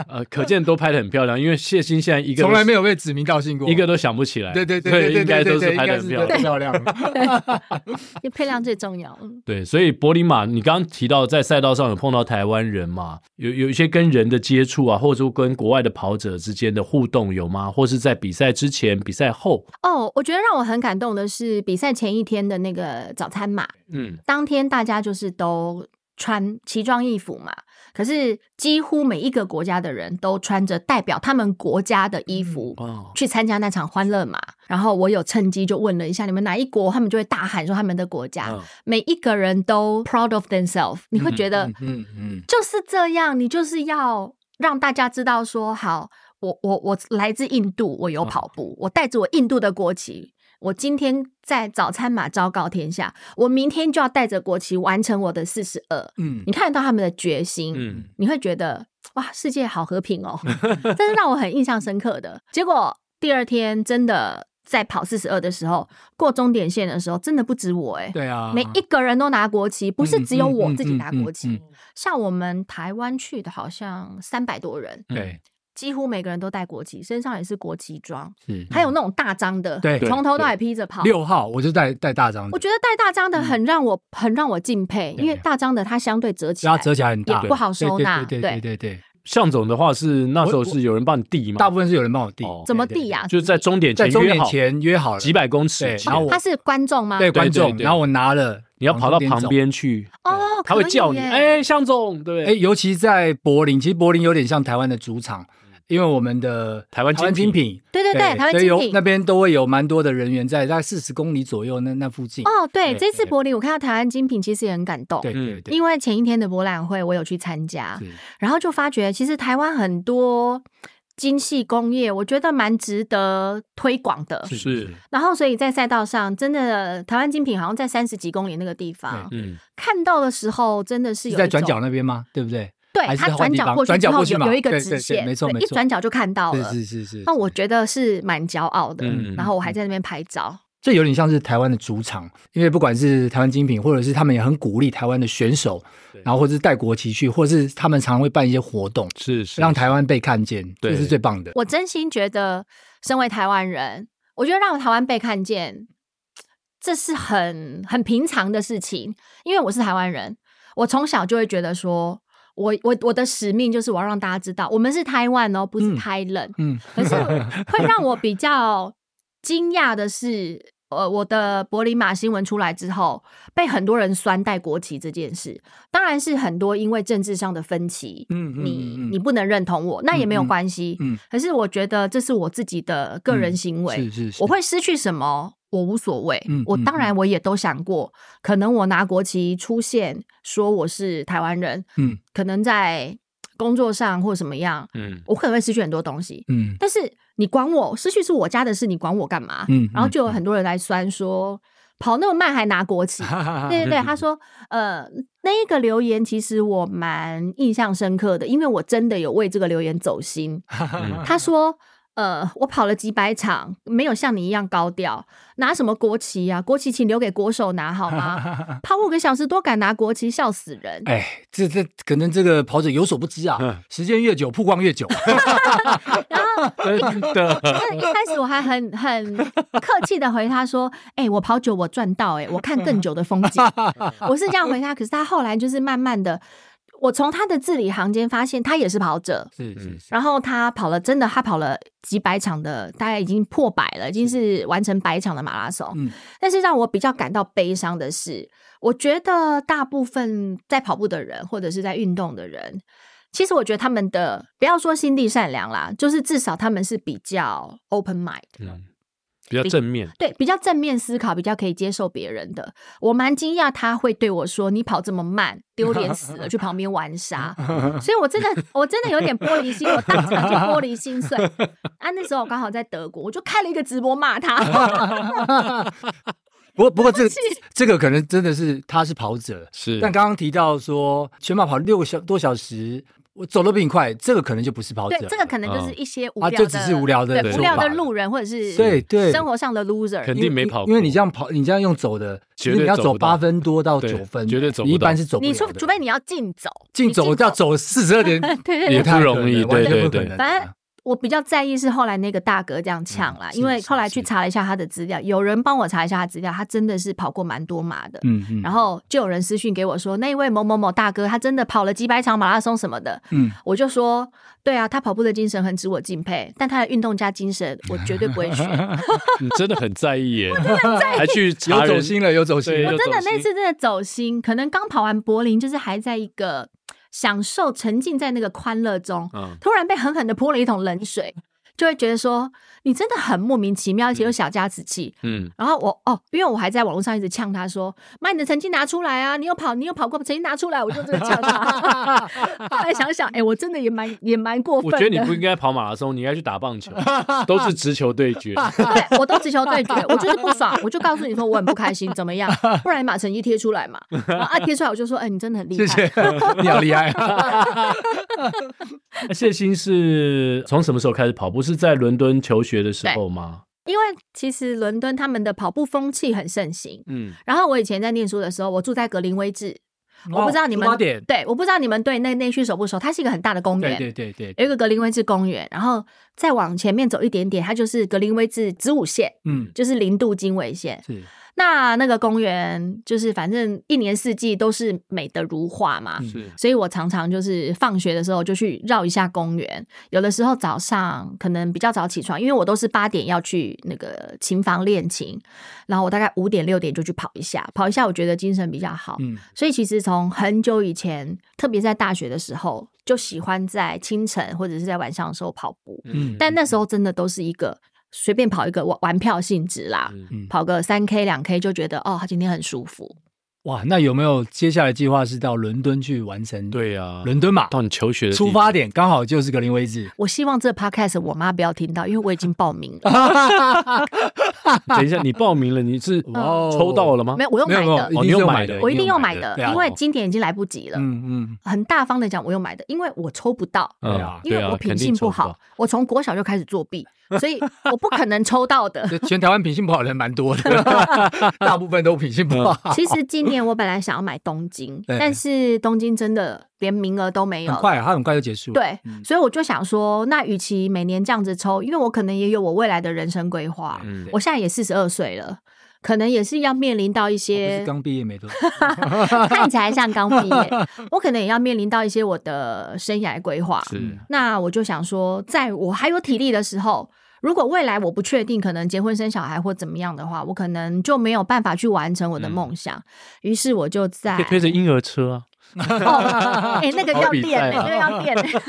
B: 呃，可见都拍的很漂亮，因为谢欣现在一个都
C: 从来没有被指名道姓过。
B: 一个都想不起来，
C: 对对对
B: 所以
C: 对对
B: 应该
C: 对
B: 都
C: 对
B: 是
C: 对，
B: 拍
C: 应
B: 的
C: 该
B: 很
C: 是
B: 漂亮。
C: 漂亮。
D: 因为配量最重要。嗯
B: 对，所以柏林马，你刚刚提到在赛道上有碰到台湾人嘛？有有一些跟人的接触啊，或者说跟国外的跑者之间的互动有吗？或是在比赛之前、比赛后？
D: 哦，我觉得让我很感动的是比赛前一天的那个早餐嘛，
B: 嗯，
D: 当天大家就是都穿奇装异服嘛，可是几乎每一个国家的人都穿着代表他们国家的衣服。
B: 哦，
D: 去参加那场欢乐嘛，然后我有趁机就问了一下你们哪一国，他们就会大喊说他们的国家，
B: 嗯
D: 每一个人都 proud of themselves，你会觉得
C: 嗯嗯，
D: 就是这样，你就是要让大家知道说，好，我我我来自印度，我有跑步，我带着我印度的国旗，我今天在早餐马昭告天下，我明天就要带着国旗完成我的四十二。
C: 嗯
D: 你看得到他们的决心，
B: 嗯，
D: 你会觉得哇，世界好和平哦，这是让我很印象深刻的。结果第二天真的在跑四十二的时候，过终点线的时候，真的不止我哎、
C: 对
B: 嗯
C: 啊，嗯
D: 每一个人都拿国旗，不是只有我自己拿国旗。
C: 嗯嗯嗯
D: 像我们台湾去的，好像三百多人，
C: 对
D: 几乎每个人都带国旗，身上也是国旗装，
C: 嗯
B: 是
D: 还有那种大张的，
C: 对
D: 从头到尾披着跑。
C: 六号我就带带大张的
D: 我，觉得带大张的很让我、很让我敬佩，
C: 对
D: 因为大张的它相对折起
C: 然
D: 来，
C: 后折起来很大，
D: 也不好收纳
C: 对
D: 对
C: 对对对对对，
B: 向总的话是那时候是有人帮你递吗？
C: 大部分是有人帮我递，
B: 嗯哦
D: 怎么
C: 对对
D: 递呀、
B: 就是在终点
C: 在
B: 前
C: 终
B: 约
C: 点
B: 好
C: 前约好了
B: 几百公尺
C: 对
B: 前，
C: 然后我
D: 他是观众吗？
C: 对观
B: 对
C: 众，
B: 对
C: 然后我拿了，
B: 你要跑到旁边去，
D: 哦，
B: 他会
D: 可以
B: 叫你，
D: 耶
B: 哎，向总，对不
C: 哎、
B: 对？
C: 尤其在柏林，其实柏林有点像台湾的主场，因为我们的
B: 嗯台湾精品
C: 精品，
D: 对对对，台湾
C: 所以
D: 精
C: 有
D: 品
C: 那。边都会有蛮多的人员在，大概四十公里左右那那附近。
D: 哦，对，
C: 对
D: 这次
C: 对
D: 柏林我看到台湾精品，其实也很感动。
C: 对对
B: 嗯
C: 对，
D: 因为前一天的博览会我有去参加，
C: 是
D: 然后就发觉，其实台湾很多精细工业，我觉得蛮值得推广的。
B: 是
D: 然后，所以在赛道上，真的台湾精品好像在三十几公里那个地方
C: 对
B: 嗯，
D: 看到的时候，真的是有
C: 是在
D: 一种
C: 转角，那边吗？对不对？
D: 对
C: 还是
D: 它
C: 换
D: 转
C: 地
D: 角
C: 方
D: 过去
C: 转角
D: 之后
C: 过去
D: 有
C: 嘛
D: 有一个
C: 对
D: 直
C: 对对
D: 线，
C: 没错
D: 对
C: 没
D: 一
C: 错
D: 转角就看到了。
C: 是是是是。
D: 那我觉得是蛮骄傲的，
B: 嗯
D: 然后我还在那边拍照，
C: 这有点像是台湾的主场，因为不管是台湾精品，或者是他们也很鼓励台湾的选手
B: 对，
C: 然后或者是带国旗去，或者是他们常会办一些活动，
B: 是是，
C: 让台湾被看见，
B: 对
C: 这是最棒的。
D: 我真心觉得，身为台湾人，我觉得让台湾被看见，这是很很平常的事情。因为我是台湾人，我从小就会觉得说，我我我的使命就是我要让大家知道，我们是台湾哦，不是
C: 嗯
D: 台冷。
C: 嗯，
D: 可是会让我比较惊讶的是，呃，我的柏林马新闻出来之后，被很多人酸带国旗这件事，当然是很多因为政治上的分歧，
C: 嗯嗯
D: 你
C: 嗯嗯
D: 你不能认同我，那也没有
C: 嗯嗯
D: 关系，
C: 嗯
D: 可是我觉得这是我自己的个人行为，
C: 是是是，
D: 我会失去什么？我无所谓，
C: 嗯
D: 我
C: 嗯
D: 当然
C: 嗯
D: 我也都想过，可能我拿国旗出现，说我是台湾人，
C: 嗯
D: 可能在工作上或什么样，
B: 嗯
D: 我可能会失去很多东西。
C: 嗯
D: 但是你管我失去是我家的事，你管我干嘛？
C: 嗯，
D: 然后
C: 嗯
D: 就有很多人来酸说，跑那么慢还拿国旗。对对 对，他说，呃，那一个留言其实我蛮印象深刻的，因为我真的有为这个留言走心。
B: 嗯
D: 他说。呃，我跑了几百场，没有像你一样高调，拿什么国旗啊？国旗请留给国手拿好吗？跑五个小时多敢拿国旗，笑死人！
C: 哎，这这可能这个跑者有所不知
B: 嗯
C: 啊，时间越久曝光 越久。
B: 真的，
D: 那一开始我还很很客气的回他说：“哎、我跑久我赚到、哎，我看更久的风景。”我是这样回他，可是他后来就是慢慢的，我从他的字里行间发现他也是跑者。
C: 是
B: 是
C: 是，
D: 然后他跑了，真的，他跑了几百场的，大概已经破百了，已经是完成百场的马拉松。
C: 嗯
D: 但是让我比较感到悲伤的是，我觉得大部分在跑步的人，或者是在运动的人，其实我觉得他们的不要说心地善良啦，就是至少他们是比较 open mind，
B: 嗯，比较正面，
D: 对，比较正面思考，比较可以接受别人的。我蛮惊讶他会对我说：“你跑这么慢，丢脸死了，去旁 边玩沙。”所以，我真的我真的有点玻璃心，我当场就玻璃心碎。啊，那时候我刚好在德国，我就开了一个直播骂他。
C: 不过不过这个 这个可能真的是他是跑者，
B: 是，
C: 但刚刚提到说全马跑六个小多小时，我走得比你快，这个可能就不是跑者
D: 对
C: 了。，
D: 这个可能就是一些无
C: 啊
D: 聊的，
C: 就只是无聊的
D: 对
B: 对
D: 无聊
C: 做
D: 的
C: 法
D: 路人或者是
C: 对对
D: 生活上的 loser，
B: 肯
C: 因为
B: 定没跑
C: 因为你
B: 过
C: 这样跑，你这样用走的，
B: 绝
C: 因为
B: 对
C: 你要
B: 走
C: 走
B: 不到
C: 八分多到
B: 对
C: 九分，
B: 绝对走
C: 你
B: 不
C: 一般
B: 到
C: 是走不
D: 你
C: 了
D: 说，
C: 的
D: 除非你要竞走，
C: 竞
D: 你
C: 走要。走四十二点
D: 对对对，
B: 也
C: 太
B: 不
C: 可
B: 容
C: 能
B: 易
C: 了完
B: 对
C: 全不
B: 对
C: 可
B: 对
C: 能啊
D: 反
C: 的
D: 正我比较在意是后来那个大哥这样呛啦，
C: 嗯
D: 因为
C: 是
D: 后来
C: 是
D: 去
C: 是
D: 查了一下他的资料，有人帮我查一下他资料，他真的是跑过蛮多马的。
C: 嗯嗯，
D: 然后就有人私讯给我说，那一位某某某大哥，他真的跑了几百场马拉松什么的。
C: 嗯，
D: 我就说，对啊，他跑步的精神很值我敬佩，但他的运动家精神我绝对不会 学。
B: 你嗯真的很在意耶，还去查
C: 有走
B: 人
C: 心了，有走
B: 对
C: 心
B: 有
C: 了
B: 走，
D: 真的
B: 心
D: 那次真的走心，可能刚跑完柏林，就是还在一个享受、沉浸在那个欢乐中，
B: 嗯，
D: 突然被狠狠的泼了一桶冷水，就会觉得说你真的很莫名其妙，而且又小家子气。
B: 嗯，
D: 然后我哦，因为我还在网络上一直呛他说：“妈，你的成绩拿出来啊！你有跑，你有跑过，成绩拿出来！”我就这个 呛他。后来想想，哎、我真的也蛮也蛮过分
B: 我
D: 的。
B: 觉得你不应该跑马拉松，你应该去打棒球，都是直球对 决。
D: 对我都直球对决， 我就是不爽，我就告诉你说我很不开心，怎 么样？不然你把成绩贴出来嘛。然后啊，贴出来我就说，哎、你真的很厉害。
C: 谢谢， 你好厉害啊，
B: 那谢欣是从什么时候开始跑步？是在伦敦求学的时候吗？
D: 因为其实伦敦他们的跑步风气很盛行。
B: 嗯，
D: 然后我以前在念书的时候，我住在格林威治， 我不知道你们、
C: 出发点，
D: 对，我不知道你们对那内区熟不熟？它是一个很大的公
C: 对
D: 园，
C: 对对对，
D: 有一个格林威治公园，然后再往前面走一点点，它就是格林威治子午线，
C: 嗯，
D: 就是零度经纬线。
C: 是，
D: 那那个公园就是反正一年四季都是美得如画嘛，
C: 嗯
B: 是
D: 所以我常常就是放学的时候就去绕一下公园。有的时候早上可能比较早起床，因为我都是八点要去那个琴房练琴，然后我大概五点六点就去跑一下，跑一下我觉得精神比较好。
C: 嗯，
D: 所以其实从很久以前，特别在大学的时候，就喜欢在清晨或者是在晚上的时候跑步。
C: 嗯
D: 但那时候真的都是一个随便跑一个玩玩票性质啦，
B: 嗯
C: 嗯
D: 跑个三 K 两 K 就觉得哦，今天很舒服。
C: 哇，那有没有接下来计划是到伦敦去完成？，
B: 对呀，
C: 伦敦嘛，
B: 到你求学的地
C: 出发点刚好就是格林威治，
D: 我希望这 podcast 我妈不要听到，因为我已经报名了。
B: 等一下，你报名了，你 是
C: 哇哦
B: 抽到了吗
D: 嗯没？有，我又
C: 没有
D: 买
C: 没有一，
D: 的
B: 哦
C: 定
B: 你有
C: 是
B: 买
C: 买
B: 的
C: 的，
D: 我一定
B: 有
D: 要
B: 买
D: 买
B: 的
D: 的
C: 对啊，
D: 因为经典已经来不及了。
C: 嗯嗯，
D: 很大方的讲，我又买的，因为我抽不到，
B: 嗯
C: 对啊
D: 因为我品性不好，，我从国小就开始作弊，所以我不可能抽 到的。
C: 这全台湾品性不好的人蛮多 的，大部分都品性不好，
D: 其实今年我本来想要买东京，
C: 对
D: 但是东京真的连名额都
B: 嗯
D: 没有
C: 很。快啊，它很快就嗯结束了。
D: 对，所以我就想说，那与其每年这样子抽，因为我可能也有我未来的人生规划，
B: 嗯
D: 我现在也四十二岁了，可能也是要面临到
C: 哦我
D: 一
C: 不
D: 些
C: 是刚毕业没 多久，
D: 看起来像刚 毕业，我可能也要面临到一些我的生涯规划。
C: 嗯
B: 是
D: 那我就想说，在我还有体力的时候，如果未来我不确定可能结婚生小孩或怎么样的话，我可能就没有办法去完成我的梦想。于是我就在
B: 嗯可 以推着婴儿车啊，
D: 哦，哎、那个要
B: 跑比
D: 练、
B: 赛
D: 欸，
B: 啊哦
D: 那个要 练、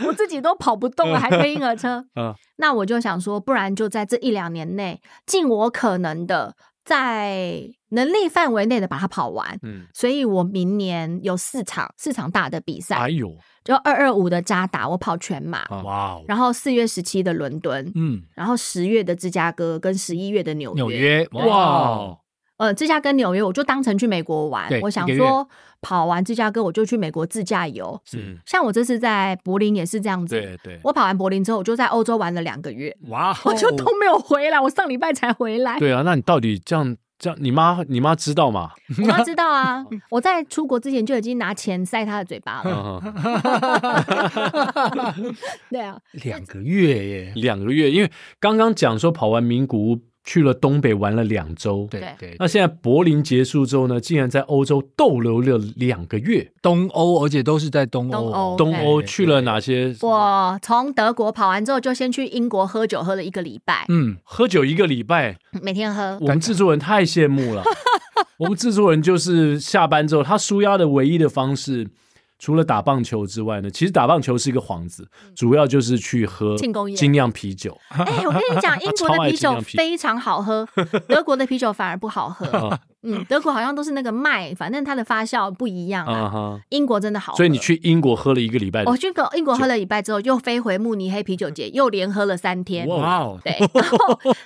D: 我自己都跑不动了，还推婴儿车。
B: 嗯
D: 那我就想说，不然就在这一两年内，尽我可能的在能力范围内的把它跑完。
B: 嗯，
D: 所以我明年有四场四场大的比赛，
B: 哎呦，
D: 就二二五的扎达，我跑全马，
B: 啊
C: 哇哦，
D: 然后四月十七的伦敦，
C: 嗯，
D: 然后十月的芝加哥跟十一月的纽约。
C: 纽约，哇，哦
B: 哇，哦
D: 呃，芝加哥、纽约，我就当成去美国玩
C: 对。
D: 我想
C: 一个
D: 说，跑完芝加哥我就去美国自驾游。
B: 嗯，
D: 像我这次在柏林也是这样子，
B: 对对
D: 我跑完柏林之后，我就在欧洲玩了两个月，
C: 哇哦，
D: 我就都没有回来。我上礼拜才回来。
B: 对啊，那你到底这样这样，你妈你妈知道 吗？
D: 我妈知道啊，我在出国之前就已经拿钱塞她的嘴巴了。
B: 嗯
D: 对啊，
C: 两个月耶，
B: 两个月，因为刚刚讲说跑完名古屋去了东北玩了两周，
C: 对
D: 对
C: 对，
B: 那现在柏林结束之后呢，竟然在欧洲逗留了两个月。
C: 东欧，而且都是在东欧哦，
D: 东欧
B: 东欧
C: 对
B: 去了哪些？
D: 我从德国跑完之后，就先去英国喝酒，喝了一个礼拜，
C: 嗯，
B: 喝酒一个礼拜，
D: 每天喝。
B: 我们制作人太羡慕 了。我们制作人就是下班之后，他舒压的唯一的方式，除了打棒球之外呢，其实打棒球是一个幌子，主要就是去喝
D: 嗯庆功宴
B: 精酿啤酒。
D: 哎、我跟你讲，英国
B: 超
D: 的
B: 爱
D: 啤
B: 精
D: 酒
B: 酿啤
D: 非常 好喝，德国的啤酒反而不好喝
B: 啊。
D: 嗯，德国好像都是那个麦，反正它的发酵不一样
B: 啊
D: 啊。哦
B: 哈！
D: 英国真的好喝，
B: 所以你去英国喝了一个礼拜的
D: 我去过英国喝了礼拜之后，又飞回慕尼黑啤酒节，又连喝了三天，
B: 哇
C: 哇哦，
D: 对，然后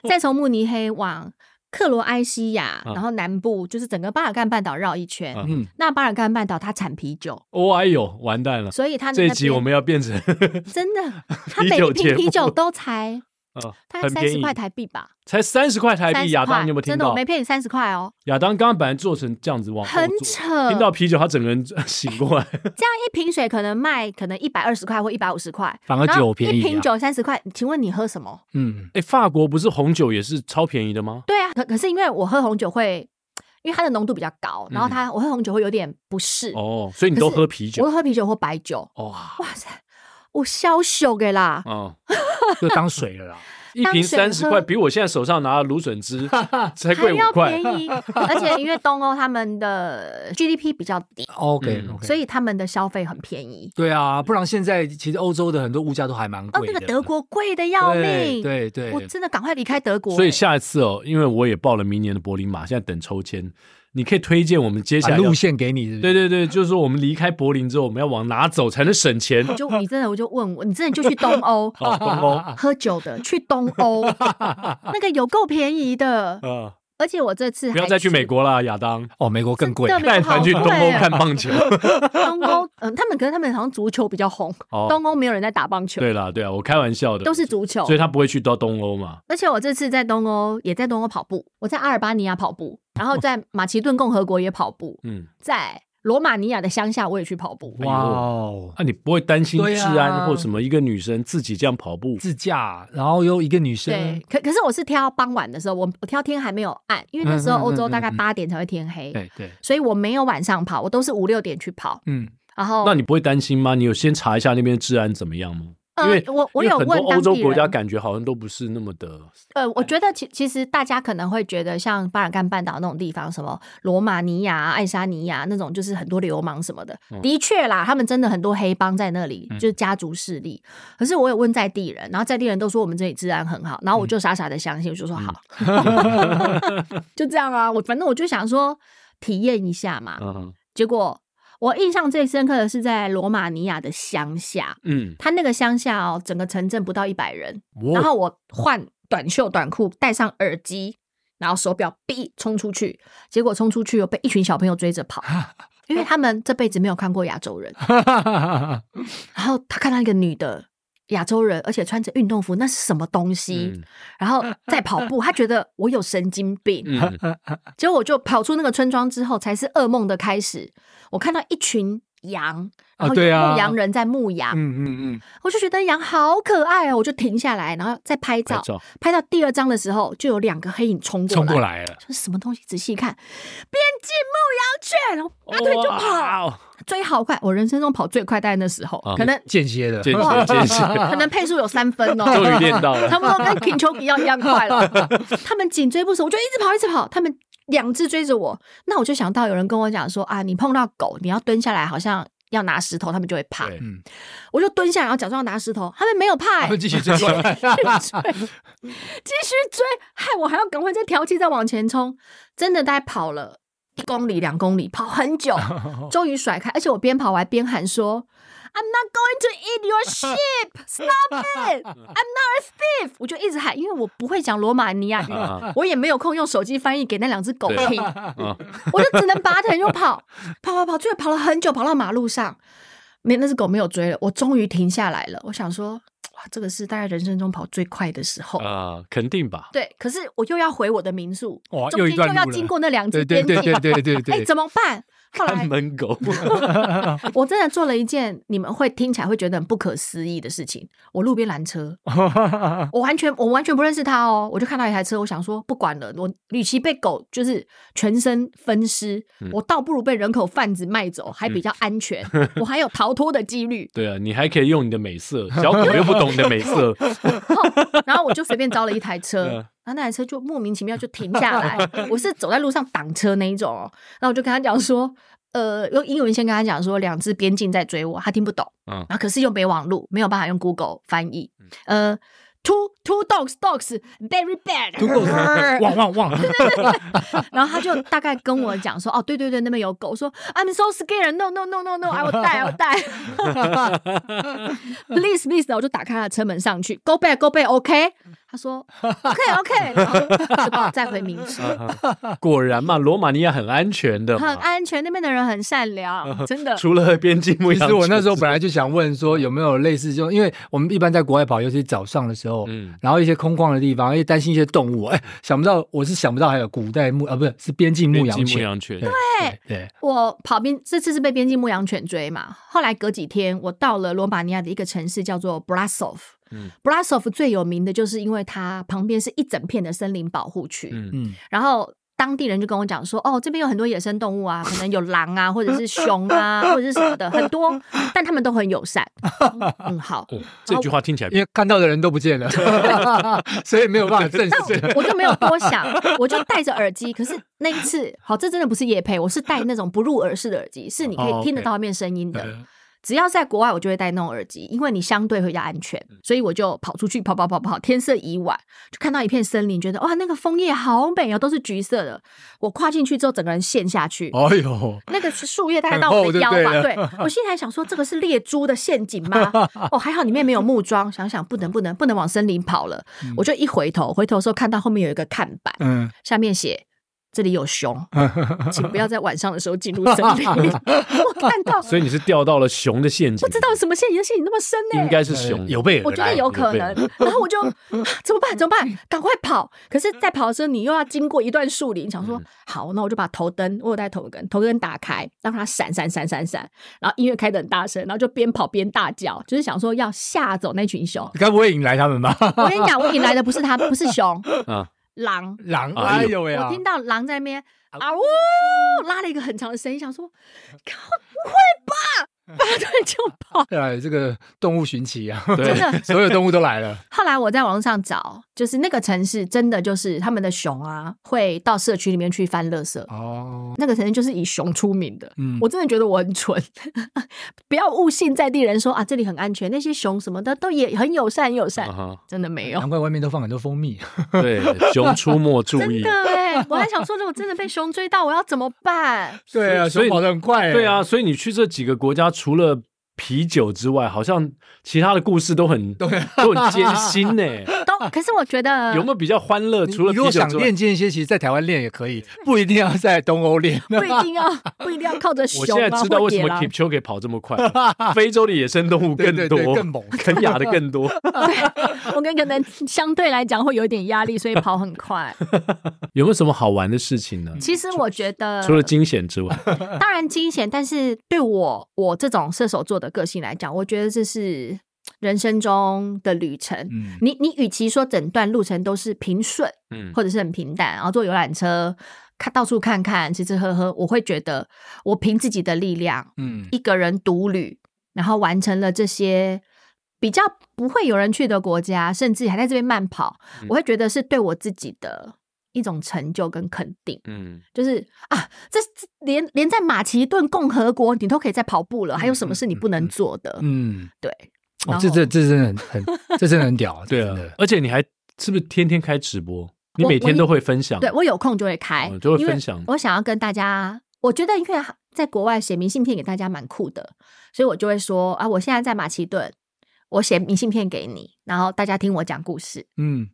D: 再从慕尼黑往克罗埃西亚，
B: 啊
D: 然后南部就是整个巴尔干半岛绕一圈。
B: 啊
C: 嗯，
D: 那巴尔干半岛它产啤酒，
B: 哦，哎呦，完蛋了！
D: 所以它的
B: 这一
D: 那
B: 集我
D: 边
B: 们要变成
D: 真的，它
B: 啤
D: 每
B: 酒
D: 一
B: 节
D: 瓶啤
B: 目
D: 酒都才
B: 啊，
D: 大概
B: 很
D: 三
B: 便
D: 十
B: 宜，
D: 块台币吧，
B: 才三十块台
D: 三
B: 币。
D: 十
B: 亚当，
D: 块
B: 你有没有，听
D: 真的我
B: 到
D: 没？骗你，三十块哦，
B: 亚当刚刚本来做成这样子往后
D: 很
B: 坐
D: 扯。
B: 听到啤酒，他整个人 醒过来。
D: 这样一瓶水可能卖可能一百二十块或一百五十块，
C: 反而
D: 然后
C: 酒便宜
D: 一
C: 啊
D: 瓶酒三十块，请问你喝什么？
C: 嗯，
B: 哎，法国不是红酒也是超便宜的吗？
D: 对啊，可可是因为我喝红酒会，因为它的浓度比较高，然后它、我喝红酒会有点不适，
B: 嗯哦，所以你都喝啤
D: 我
B: 酒
D: 会喝啤酒或白酒。
B: 哇？
D: 哇塞，我消羞给啦！
B: 啊，
C: 就当水了啦。
B: 一
D: 当
B: 瓶
D: 水
B: 三十
D: 喝
B: 块，比我现在手上拿的芦笋 汁才
D: 还
B: 贵
D: 要
B: 五块
D: 便。 宜，而且因为东欧他们的 GDP 比较 低，
C: OK，
B: 嗯
C: OK
D: 所以他们的消费很便宜。
C: 对啊，不然现在其实欧洲的很多物价都还蛮
D: 哦，
C: 贵
D: 那
C: 的。
D: 个德国贵的要
C: 对
D: 命，
C: 对对，
D: 我真的赶快离开德国。欸
B: 所以下一次哦，因为我也报了明年的柏林马，现在等抽签，你可以推荐我们接下
C: 把
B: 来要
C: 路线给你是不是，
B: 对对对，就是说我们离开柏林之后，我们要往哪走才能省钱？
D: 就你真的，我就问我，你真的就去 东欧
B: 好，东欧啊
D: 喝酒的，去东欧， 那个有够便宜的，。
B: 呃
D: 而且我这次
B: 不要
D: 还
B: 再去美
D: 国。
B: 国啦，亚当。
C: 哦，美国更贵
D: 真。的
B: 带团去东欧看棒球。
D: 啊 东欧，嗯，他们可能他们好像足球比较红，
B: 哦
D: 东欧没有人在打棒球，
B: 对啦，对啊，我开玩笑的，
D: 都是足球
B: 所。以他不会去到东欧嘛。
D: 而且我这次在东欧也在东欧跑步，我在阿尔巴尼亚跑步，然后在马其顿共和国也跑步，
B: 嗯，
D: 在罗马尼亚的乡下我也去跑步。
B: 哇
C: 哦，
B: 那、你不会担心
C: 对
B: 治
C: 啊
B: 安或什么？一个女生自己这样跑步，
C: 自驾，然后又一个女
D: 对
C: 生，，
D: 可可是我是挑傍晚的时候，我我挑天还没有暗，因为那时
C: 嗯
D: 候
C: 嗯嗯
D: 欧洲大概
C: 嗯嗯
D: 八点才会天黑，
C: 对对，
D: 所以我没有晚上跑，我都是五六点去跑。
C: 嗯，
D: 然后
B: 那你不会担心吗？你有先查一下那边治安怎么样吗？因为
D: 呃，我我
B: 因为
D: 有
B: 很多
D: 问
B: 欧
D: 当
B: 洲
D: 地
B: 国家
D: 人，
B: 感觉好像都不是那么的，
D: 呃，我觉得其其实大家可能会觉得像巴尔干半岛那种地方，什么罗马尼亚啊、爱沙尼亚那种，就是很多流氓什么的。的确啦，他们真的很多黑帮在那里，就是家族势力。可是我有问在地人，然后在地人都说我们这里治安很好，然后我就傻傻的相信，我就说好， 就这样啊。我反正我就想说体验一下嘛。
B: 嗯
D: 结果我印象最深刻的是在罗马尼亚的乡下，
B: 嗯，
D: 它那个乡下哦，整个城镇不到一百人，
C: 哇
D: 然后我换短袖短裤，戴上耳机，然后手表哔冲出去，结果冲出去又被一群小朋友追着跑，因为他们这辈子没有看过亚洲人。然后他看到一个女的亚洲人，而且穿着运动服，那是什么东西？
B: 嗯
D: 然后在跑步，他觉得我有神经病。
B: 嗯
D: 结果我就跑出那个村庄之后，才是噩梦的开始。我看到一群羊，
C: 啊
D: 然后有
C: 对啊
D: 牧羊人在牧羊，
C: 嗯嗯嗯，
D: 我就觉得羊好可爱哦，我就停下来，然后再拍
B: 拍
D: 照。
B: 照，
D: 拍到第二张的时候，就有两个黑影冲过
C: 冲
D: 来，
C: 过来了，
D: 就是什么东西？仔细看，边境牧羊犬，然后拔腿啊就跑，
B: 哇哦，
D: 追好快。我人生中跑最快，大概那时候，
B: 啊
D: 可能
C: 间歇的，
B: 间
D: 哇
B: 歇间歇，
D: 可能配速有三分哦，
B: 终于练到 了
D: 差不多跟停球比要一样 快了。他们紧追不舍，我就一直跑，一直跑，他们两只追着我。那我就想到有人跟我讲说啊，你碰到狗，你要蹲下来，好像要拿石头，他们就会怕。
B: 对
C: 嗯，
D: 我就蹲下来，然后假装要拿石头，他们没有怕、欸
C: 他们继续追，
D: 继续追，害我还要赶快再调气再往前冲，真的大概跑了一公里两公里，跑很久，终于甩开，而且我边跑我还边喊说。I'm not going to eat your sheep. Stop it! I'm not a thief. 我就一直喊，因为我不会讲罗马尼亚 语
B: 啊，
D: 我也没有空用手机翻译给那两只狗
B: 对
D: 听，
B: 啊，
D: 我就只能拔腿就跑，跑跑跑，最后跑了很久，跑到马路上，没那只狗没有追了，我终于停下来了。我想说，哇，这个是大概人生中跑最快的时候。
B: 呃，肯定吧。
D: 对，可是我又要回我的民宿，
C: 哇
D: 中
C: 又一
D: 间
C: 段
D: 要
C: 路了
D: 经过那两只
C: 对对对
D: 边境，
C: 对对对
D: 哎，
C: 对，
D: 怎么办？ 后
B: 看
D: 来
B: 门狗，
D: 我真的做了一件你们会听起来会觉得很不可思议的事情，我路边拦车， 我完全我完全不认识他哦，我就看到一台车，我想说不管了，我与其被狗就是全身分尸，
C: 嗯
D: 我倒不如被人口贩子卖走，还比较安 全，我还有逃脱的几率。
B: 对啊，你还可以用你的美色，小狗又不懂你的美 色，
D: 然后我就随便招了一台车
B: 嗯，
D: 然后那台车就莫名其妙就停下来。我是走在路上挡车那一种哦，然后我就跟他讲说，呃，用英文先跟他讲说两只边境在追我，他听不懂，
B: 嗯
D: 然后可是又没网路，没有办法用 Google 翻译，
B: 嗯
D: 呃。Two two dogs dogs very bad，
C: 如果 汪汪汪，
D: 然后他就大概跟我讲说，哦，对对对，那边有狗。我说 I'm so scared，no no no no no，I will die，I will die。please please，我就打开他的车门上去，Go back，Go back，OK、他说 OK OK，然后就把我载回民宿，
B: 果然嘛，罗马尼亚很安全啊的嘛，
D: 很安全，那边的人很善良，真的。
B: 除了边境牧
C: 其
B: 羊犬之
C: 实
B: 外，
C: 我那时候本来就想问说有没有类似这种，因为我们一般在国外跑，尤其是早上的时候，
B: 嗯
C: 然后一些空旷的地方，而且担心一些动物，哎，想不到我是想不到还有古代牧啊，不是是边境牧
B: 边
C: 羊
B: 境牧
C: 犬，
B: 羊犬
C: 对对，
D: 我跑边这次是被边境牧羊犬追嘛，后来隔几天我到了罗马尼亚的一个城市叫做 Brasov。
B: 嗯
D: Brasov 最有名的就是因为它旁边是一整片的森林保护区，
B: 嗯，
C: 嗯，
D: 然后当地人就跟我讲说，哦，这边有很多野生动物啊，可能有狼啊，或者是熊啊，或者是什么的，很多，但他们都很友善。嗯嗯，好，
B: 哦，这句话听起来
C: 因为看到的人都不见了， 所以没有办法证 实。
D: 我就没有多想，我就戴着耳机。可是那一次，好，这真的不是夜配，我是戴那种不入耳式的耳机，是你可
B: 哦
D: 以
B: ，OK
D: 听得到外面声音的。
B: 嗯
D: 只要在国外，我就会戴那种耳机，因为你相对会比较安全。
B: 嗯
D: 所以我就跑出去跑跑跑跑，天色已晚，就看到一片森林，觉得哇，那个枫叶好美哦，都是橘色的。我跨进去之后，整个人陷下去。
C: 哎呦，
D: 那个是树叶大概
C: 很
D: 到我的腰
C: 厚就
D: 吧，
C: 对
D: 对我现在还想说这个是猎猪的陷阱吗？ 哦，还好里面没有木桩，想想不能不能不能往森林跑了，我就一回头，回头的时候看到后面有一个看板，
C: 嗯，
D: 下面写这里有熊，请不要在晚上的时候进入森 林。 我看到
B: 所以你是掉到了熊的陷阱，
D: 不知道什么陷阱，陷阱那么深欸呢、
B: 应该 是熊，
C: 有备而来。
D: 我觉得有可能
B: 有，
D: 然后我就、啊怎么办？怎么办？赶快跑！可是，在跑的时候，你又要经过一段树林，想说、好，那我就把头灯，我有带头灯，头灯打开，让它闪闪闪闪闪，然后音乐开得很大声，然后就边跑边大叫，就是想说要吓走那群熊
C: 该不会引来他们吧？
D: 我跟你讲，我引来的不是它，不是熊，
B: 啊，
D: 狼。
C: 狼，
B: 哎
C: 哎
B: 呦
C: 呦喂嗯啊
D: 我！听到狼在那边啊呜，拉了一个很长的声音，想说，靠不会吧？拔腿就跑。
C: 对啊，这个动物寻奇啊，
B: 对，
C: 所有动物都来了。
D: 后来我在网络上找，就是那个城市真的就是他们的熊啊，会到社区里面去翻垃圾。
C: 哦，
D: 那个城市就是以熊出名的。
C: 嗯
D: 我真的觉得我很蠢， 不要误信在地人说啊这里很安全，那些熊什么的都也很友善，很友善，
B: 啊哈
D: 真的没有
C: 难。怪外面都放很多蜂蜜。
B: 对，熊出没注
D: 真
B: 意，
D: 的哎、我还想说，如果真的被熊追到，我要怎么办？
C: 对 啊，
B: 所以
C: 熊跑得很快。
B: 对，啊，所以你去这几个国家，除了啤酒之外，好像其他的故事都很都很艰 辛呢。
D: 都可是我觉得
B: 有没有比较欢乐？
C: 嗯你
B: 除了
C: 欸你
B: 啤
C: 如果
B: 酒
C: 想
B: 之外
C: 练，这些，其实在台湾练也可以，不一定要在东欧练。
D: 不一 定要不一定要靠着熊
B: 我
D: 啊
B: 现在知道
D: 或
B: 为什
D: 野
B: 么
D: 狼
B: Kipchoge 跑这么 快，非洲的野生动物
C: 对
B: 更
C: 对对
B: 多，
C: 更猛
B: 肯亚的 更多。
D: 我跟可能相对来讲会有点压力，所以跑很 快。
B: 有没有什么好玩的事情呢？
D: 其实我觉得，
B: 除了惊险之外，
D: 当然惊险，但是对我我这种射手座的个性来讲，我觉得这是人生中的旅程。
C: 嗯，
D: 你你与其说整段路程都是平顺，
B: 嗯，
D: 或者是很平淡，然后坐游览车看到处看看，吃吃喝喝，我会觉得我凭自己的力量，
C: 嗯
D: 一个人独旅，然后完成了这些比较不会有人去的国家，甚至还在这边慢跑，
C: 嗯
D: 我会觉得是对我自己的一种成就跟肯定。
B: 嗯，
D: 就是啊，这这连连在马其顿共和国你都可以在跑步了，还有什么是你不能做的？
C: 嗯，
D: 对，
C: 哦
D: 然，
C: 这
D: 后
C: 这这真的很很，这真的很屌，
B: 对啊
C: 真的，
B: 而且你还是不是天天开直播？你
D: 我
B: 每天
D: 我
B: 都会分享，
D: 对我有空就会开，
B: 哦就会
D: 因为
B: 分享
D: 我想要跟大家，我觉得因为在国外写明信片给大家蛮酷的，所以我就会说啊，我现在在马其顿，我写明信片给你，然后大家听我讲故事。
C: 嗯，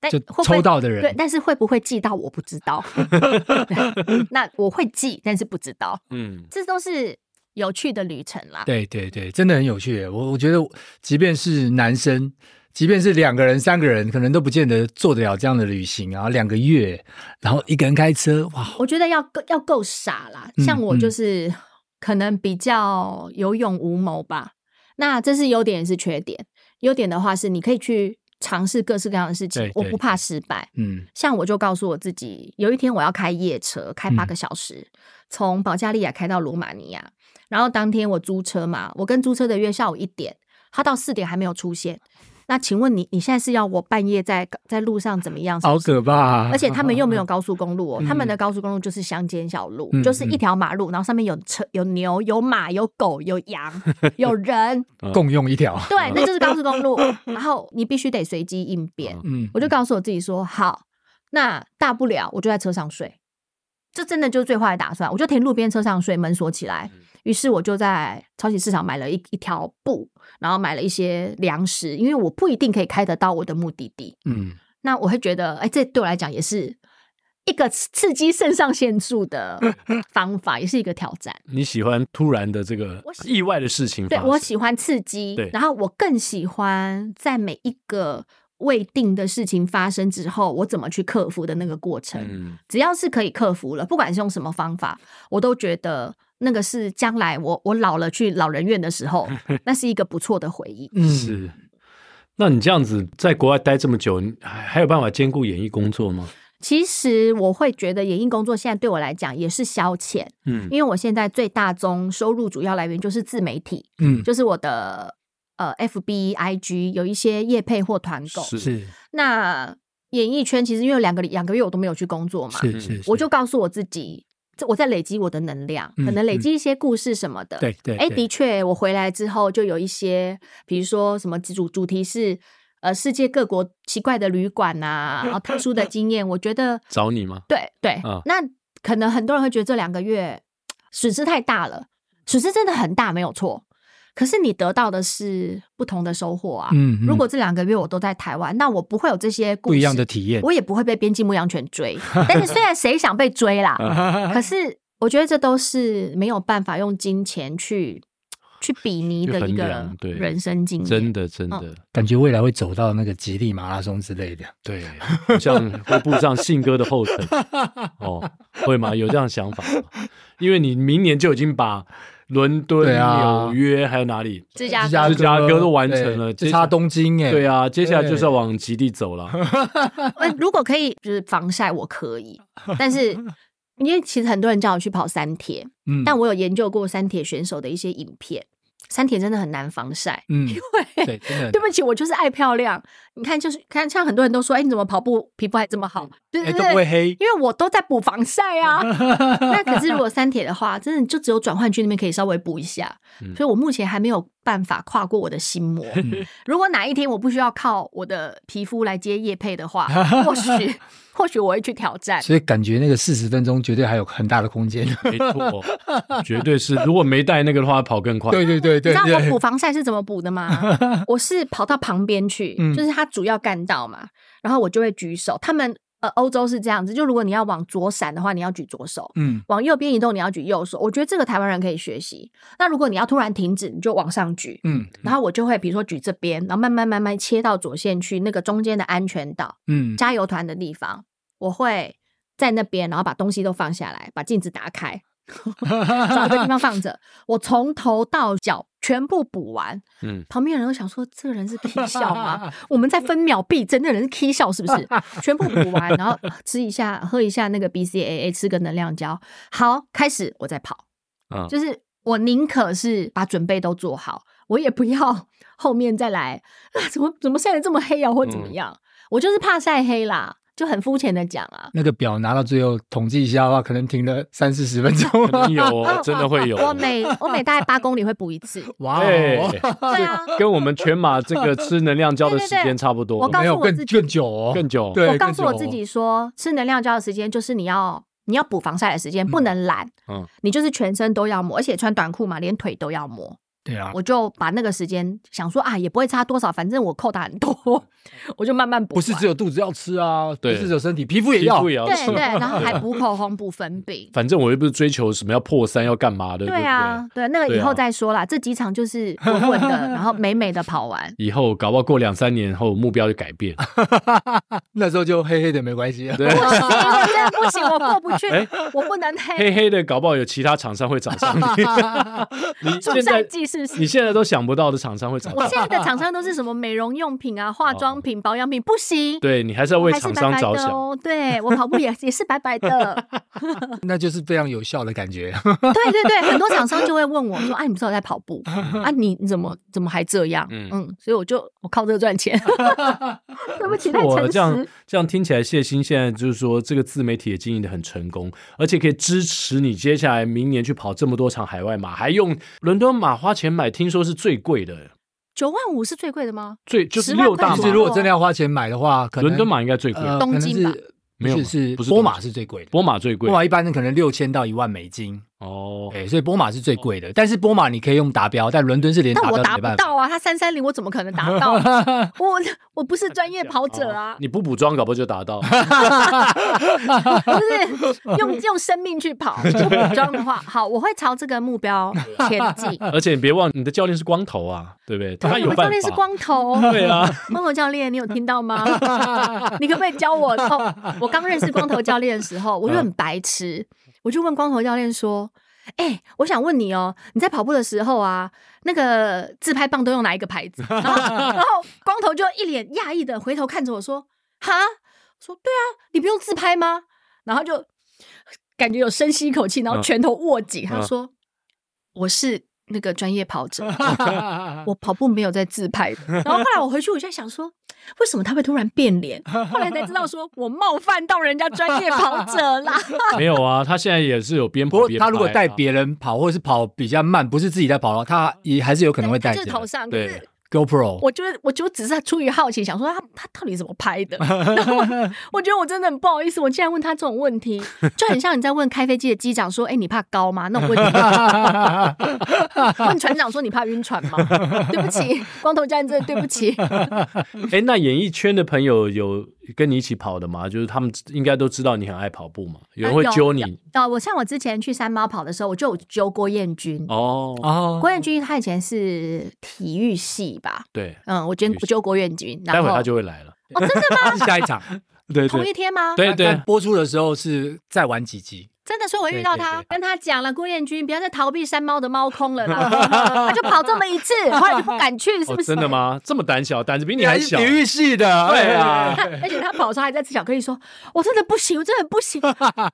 D: 但
C: 就
D: 哎会不会
C: 抽到的
D: 对，
C: 人，
D: 但是会不会寄到我不知道。 对那我会寄，但是不知道，
B: 嗯，
D: 这都是有趣的旅程 啦。
C: 对对对，真的很有趣耶。我我觉得，即便是男生，即便是两个人、三个人，可能都不见得做得了这样的旅行啊。两个月，然后一个人开车，哇，
D: 我觉得要够要够傻啦，
C: 嗯
D: 像我
C: 嗯
D: 就是、可能比较有勇无谋吧。那这是优点也是缺点。优点的话是你可以去尝试各式各样的事情，
C: 对
D: 我
C: 对
D: 不怕失败。
C: 嗯
D: 像我就告诉我自己，有一天我要开夜车，开
C: 嗯
D: 八个小时，从保加利亚开到罗马尼亚。然后当天我租车嘛，我跟租车的约下午一点，他到四点还没有出现。那请问你，你现在是要我半夜在在路上怎么样？
C: 好可怕、啊。
D: 而且他们又没有高速公路哦，
C: 嗯
D: 他们的高速公路就是乡间小路，
C: 嗯
D: 就是一条马路，然后上面有车、 有牛、有马、有狗、有羊、 有人，
C: 共用一条，
D: 对，那就是高速 公路。然后你必须得随机应变。
C: 嗯，
D: 我就告诉我自己说，好，那大
C: 嗯
D: 不了我就在车上睡，这真的就是最坏的打算，我就停路边车上睡，门锁起来，于是我就在超级市场买了一一条布，然后买了一些粮食，因为我不一定可以开得到我的目的地。
C: 嗯，
D: 那我会觉得，哎，这对我来讲也是一个刺激肾上腺素 的方法，也是一个挑战。
B: 你喜欢突然的这个
D: 我喜
B: 意外的事情发
D: 对
B: 生？
D: 我喜欢刺激
B: 对，
D: 然后我更喜欢在每一个未定的事情发生之后，我怎么去克服的那个过程。
B: 嗯，
D: 只要是可以克服了，不管是用什么方法，我都觉得那个是将来我我老了去老人院的时 候，那是一个不错的回忆。
C: 嗯
B: 是。那你这样子在国外待这么久，你还还有办法兼顾演艺工作吗？
D: 其实我会觉得演艺工作现在对我来讲也是消遣，
B: 嗯，
D: 因为我现在最大宗收入主要来源就是自媒体，
C: 嗯，
D: 就是我的呃 FB、IG 有一些业配或团购。
B: 是
C: 是
D: 那演艺圈其实因为有两个两个月我都没有去工作嘛，
C: 是
B: 嗯
C: 是，
D: 我就告诉我自己，这我在累积我的能量，可
C: 嗯
D: 能累积一些故事什么的。
C: 对对，
D: 哎，
C: 对
D: 的确，我回来之后就有一些，比如说什么主主题是呃世界各国奇怪的旅馆呐、然后特殊的经验，我觉得
B: 找你吗？
D: 对对、
B: 嗯
D: 那可能很多人会觉得这两个月损失太大了，损失真的很大，没有错。可是你得到的是不同的收获啊！
C: 嗯嗯
D: 如果这两个月我都在台湾，那我不会有这些故
C: 不
D: 事
C: 一样的体验，
D: 我也不会被边境牧羊犬追。但是虽然谁想被追啦，可是我觉得这都是没有办法用金钱去去比拟的一
B: 去衡
D: 个
B: 量对
D: 人生经验。
B: 真，的，真
D: 嗯
B: 的，
C: 感觉未来会走到那个极地马拉松之类的。
B: 对，好像会步上信哥的后 尘哦，会吗？有这样的想法吗？因为你明年就已经把伦敦、
C: 对啊
B: 纽约还有哪里，
D: 芝加
B: 加
D: 哥
B: 芝，加哥都完成了
C: 只
B: 接
C: 差东京哎。
B: 对啊，接下来
C: 对
B: 就是要往极地走了。
D: 呃如果可以就是防晒，我可 以。但是因为其实很多人叫我去跑三铁，
C: 嗯，
D: 但我有研究过三铁选手的一些影片，三铁真的很难防晒。
C: 嗯，对，真的很
D: 对不起，我就是爱漂亮。你看，就是看，像很多人都说，哎，你怎么跑步皮肤还这么好？对
C: 哎
D: 对
C: 都
D: 对，
C: 不会黑。
D: 因为我都在补防晒 啊。那可是如果三铁的话，真的就只有转换区那边可以稍微补一下，
B: 嗯
D: 所以我目前还没有办法跨过我的 心魔。如果哪一天我不需要靠我的皮肤来接叶配的 话，或许或许我会去挑战。
C: 所以感觉那个四十分钟绝对还有很大的空间。
B: 没错，绝对是。如果没带那个的话，跑更快。
C: 对对对
D: 你
C: 对
D: 知道我
C: 对，
D: 补防晒是怎么补 的吗？我是跑到旁边去，
C: 嗯
D: 就是它主要干道嘛，然后我就会举手。他们呃，欧洲是这样子，就如果你要往左闪的话，你要举左手。
C: 嗯，
D: 往右边移动，你要举右手。我觉得这个台湾人可以学习。那如果你要突然停止，你就往上举。
C: 嗯
D: 然后我就会，比如说举这边，然后慢慢慢慢切到左线去那个中间的安全岛
C: 嗯
D: 加油团的地方，我会在那边，然后把东西都放下来，把镜子打开， 找一个地方放着。我从头到脚全部补完，
B: 嗯，
D: 旁边的人都想说：“这个人是 K 笑 吗？我们在分秒必争，那人是 K 笑是不是？”全部补完， 然后吃一下、喝一下那个 BCAA，吃个能量胶。好，开始我再跑，
B: 啊，
D: 就是我宁可是把准备都做好，我也不要 后面再来啊，怎么怎么晒得这么黑啊，或怎么
B: 嗯
D: 样？我就是怕晒黑啦，就很肤浅的讲啊。
C: 那个表拿到最后统计一下的话，可能停了三四十分钟
B: 可。能有哦，真的会有。
D: 啊我每我每大概八公里会补一次，
C: 哇
B: 哎，
C: 哦，
D: 对啊，
B: 跟我们全马这个吃能量胶的时间差不
D: 我
B: 多，
C: 没
D: 告诉
C: 有
D: 我
C: 更
D: 自己
C: 更久哦，
B: 更久。
C: 对
D: 我告诉我
C: 更久
D: 自
C: 哦
D: 己说，吃能量胶的时间就是你要你要补防晒的时间，不能懒。
B: 嗯
D: 你就是全身都要抹，而且穿短裤嘛，连腿都要抹。
C: 对啊，
D: 我就把那个时间想说啊，也不会差多少，反正我扣打很多， 我就慢慢补完。
C: 不是只有肚子要吃啊，不
B: 对
C: 是只有身体，皮肤也
B: 皮
C: 要
B: 肤。也要
D: 对
B: 吃
D: 对，，然后还补口红、补粉饼。
B: 反正我又不是追求什么要破三要干嘛的，对不
D: 对
B: 对？
D: 啊，对，那个
B: 对
D: 以
B: 啊
D: 后再说啦。这几场就是稳稳的，然后美美的跑完。
B: 以后搞不好过两三年后目标就改 变。
D: 哎
C: 那时候就黑黑的没关系啊了。
B: 对
D: 不行，我真的不行，我过不去，我不能
B: 黑
D: 黑。
B: 黑的，搞不好有其他厂商会找上 你。你
D: 助
B: 现
D: 赛
B: 在
D: 季是不是？
B: 你现在都想不到的厂商会找
D: 我
B: 上
D: 现在的厂商都是什么美容用品啊、化妆品、保养品，不行
B: 你，，对你还是要
D: 我
B: 为
D: 还是
B: 厂
D: 白
B: 商
D: 白
B: 着
D: 的
B: 想。
D: 哦。对我跑步也也是白 白的，
C: 那就是非常有效的感 觉。
D: 对对对，很多厂商就会问我说：“啊，你不是有在跑步啊？你你怎么怎么还这样？”
B: 嗯
D: 嗯所以我就我靠这个 赚钱。对不起，太
B: 我
D: 诚
B: 这样
D: 实。
B: 这样听起来，谢欣现在就是说，这个自媒体也经营的很成功，而且可以支持你接下来明年去跑这么多场海外马，还用伦敦马花钱买，听说是最贵的，
D: 九万五是最贵的吗？
B: 最就是
D: 10万
B: 六大
D: 干块
C: 就
D: 嘛
B: 马
C: 是，如果真的要花钱买的话，可能
B: 伦敦马应该最贵，
C: 呃
D: 东京吧
C: 可能是
B: 没有
C: 不是是
B: 不是
C: 波
B: 东
C: 马
B: 京
C: 是最贵的，
B: 波马最贵
C: 波，马一般可能六千到一万美金。
B: 哦，
C: 哎，所以波马是最贵的，但是波马你可以用达标，但伦敦是连
D: 但
C: 达
D: 我
C: 标都
D: 达
C: 没
D: 不
C: 办法。
D: 到啊，他三三零我怎么可能达 到？我我不是专业跑者啊，
B: 你不补妆，搞不好就达到。哦
D: 就是用用生命去跑，就武 装的话，好，我会朝这个目标前进。
B: 而且你别忘，你的教练是光头啊，对不对？他
D: 我
B: 有
D: 们
B: 办法。
D: 教练是光头，
B: 对啊，
D: 光头教练，你有听到吗？ 你可不可以教我？哦，我刚认识光头教练的时候，我就很白痴，我就问光头教练说：“哎、我想问你哦，你在跑步的时候啊，那个自拍棒都用哪一个牌子？” 然后，然后光头就一脸讶异的回头看着我说：“哈？”我说：“对啊，你不用自拍吗？”然后就感觉有深吸一口气，然后
B: 嗯
D: 拳头握紧，他
B: 嗯
D: 说：“我是那个专业 跑者。”我跑步没有在自拍的。然后后来我回去，我就在想说，为什么他会突然变脸？后来才知道说我冒犯到人家专业跑者 啦。
B: 没有啊，他现在也是有边
C: 不
B: 跑
C: 过
B: 边拍啊。
C: 他如果带别人跑，或者是跑比较慢，不是自己在跑的话，他也还是有可能会带
D: 就是头上，可
B: 对
D: 是，
C: GoPro。
D: 我觉得，我就只是出于好奇，想说他他到底怎么拍的。 然后我我觉得我真的很不好意思，我竟然问他这种问题，就很像你在问开飞机的机长说：“哎、你怕高吗？”那种问题。 问船长说：“你怕晕船吗？”对不起，光头教练，真的对不起。
B: 哎，那演艺圈的朋友有跟你一起跑的吗？就是他们应该都知道你很爱跑步嘛，有人会揪你
D: 呃，我像我之前去山猫跑的时候，我就有揪郭彦军。
B: 哦。
C: 哦，
D: 郭彦军他以前是体育系吧？
B: 对，
D: 嗯，我捐
B: 体育系
D: 我揪郭彦军，然
B: 待
D: 后
B: 会他就会来了。
D: 哦，真的
C: 他
D: 吗？
C: 是下一场，
B: 对
D: 同一
B: 对
D: 天吗？，
B: 对哦对
C: 但，播出的时候是再晚几集，
D: 真的，所以我遇
C: 对
D: 到
C: 对
D: 他
C: 对，
D: 跟他讲了，郭彦军不要再逃避山猫的猫空 了啦，他就跑这么一次，后来就不敢去，是
B: 哦
D: 不，是？
B: 真的？吗？这么胆小，胆子 比你还小
C: 体。育系的，哎
B: 对啊，
D: 而且他跑的时候还在吃巧克力，说：“我真的不行，我真的不行。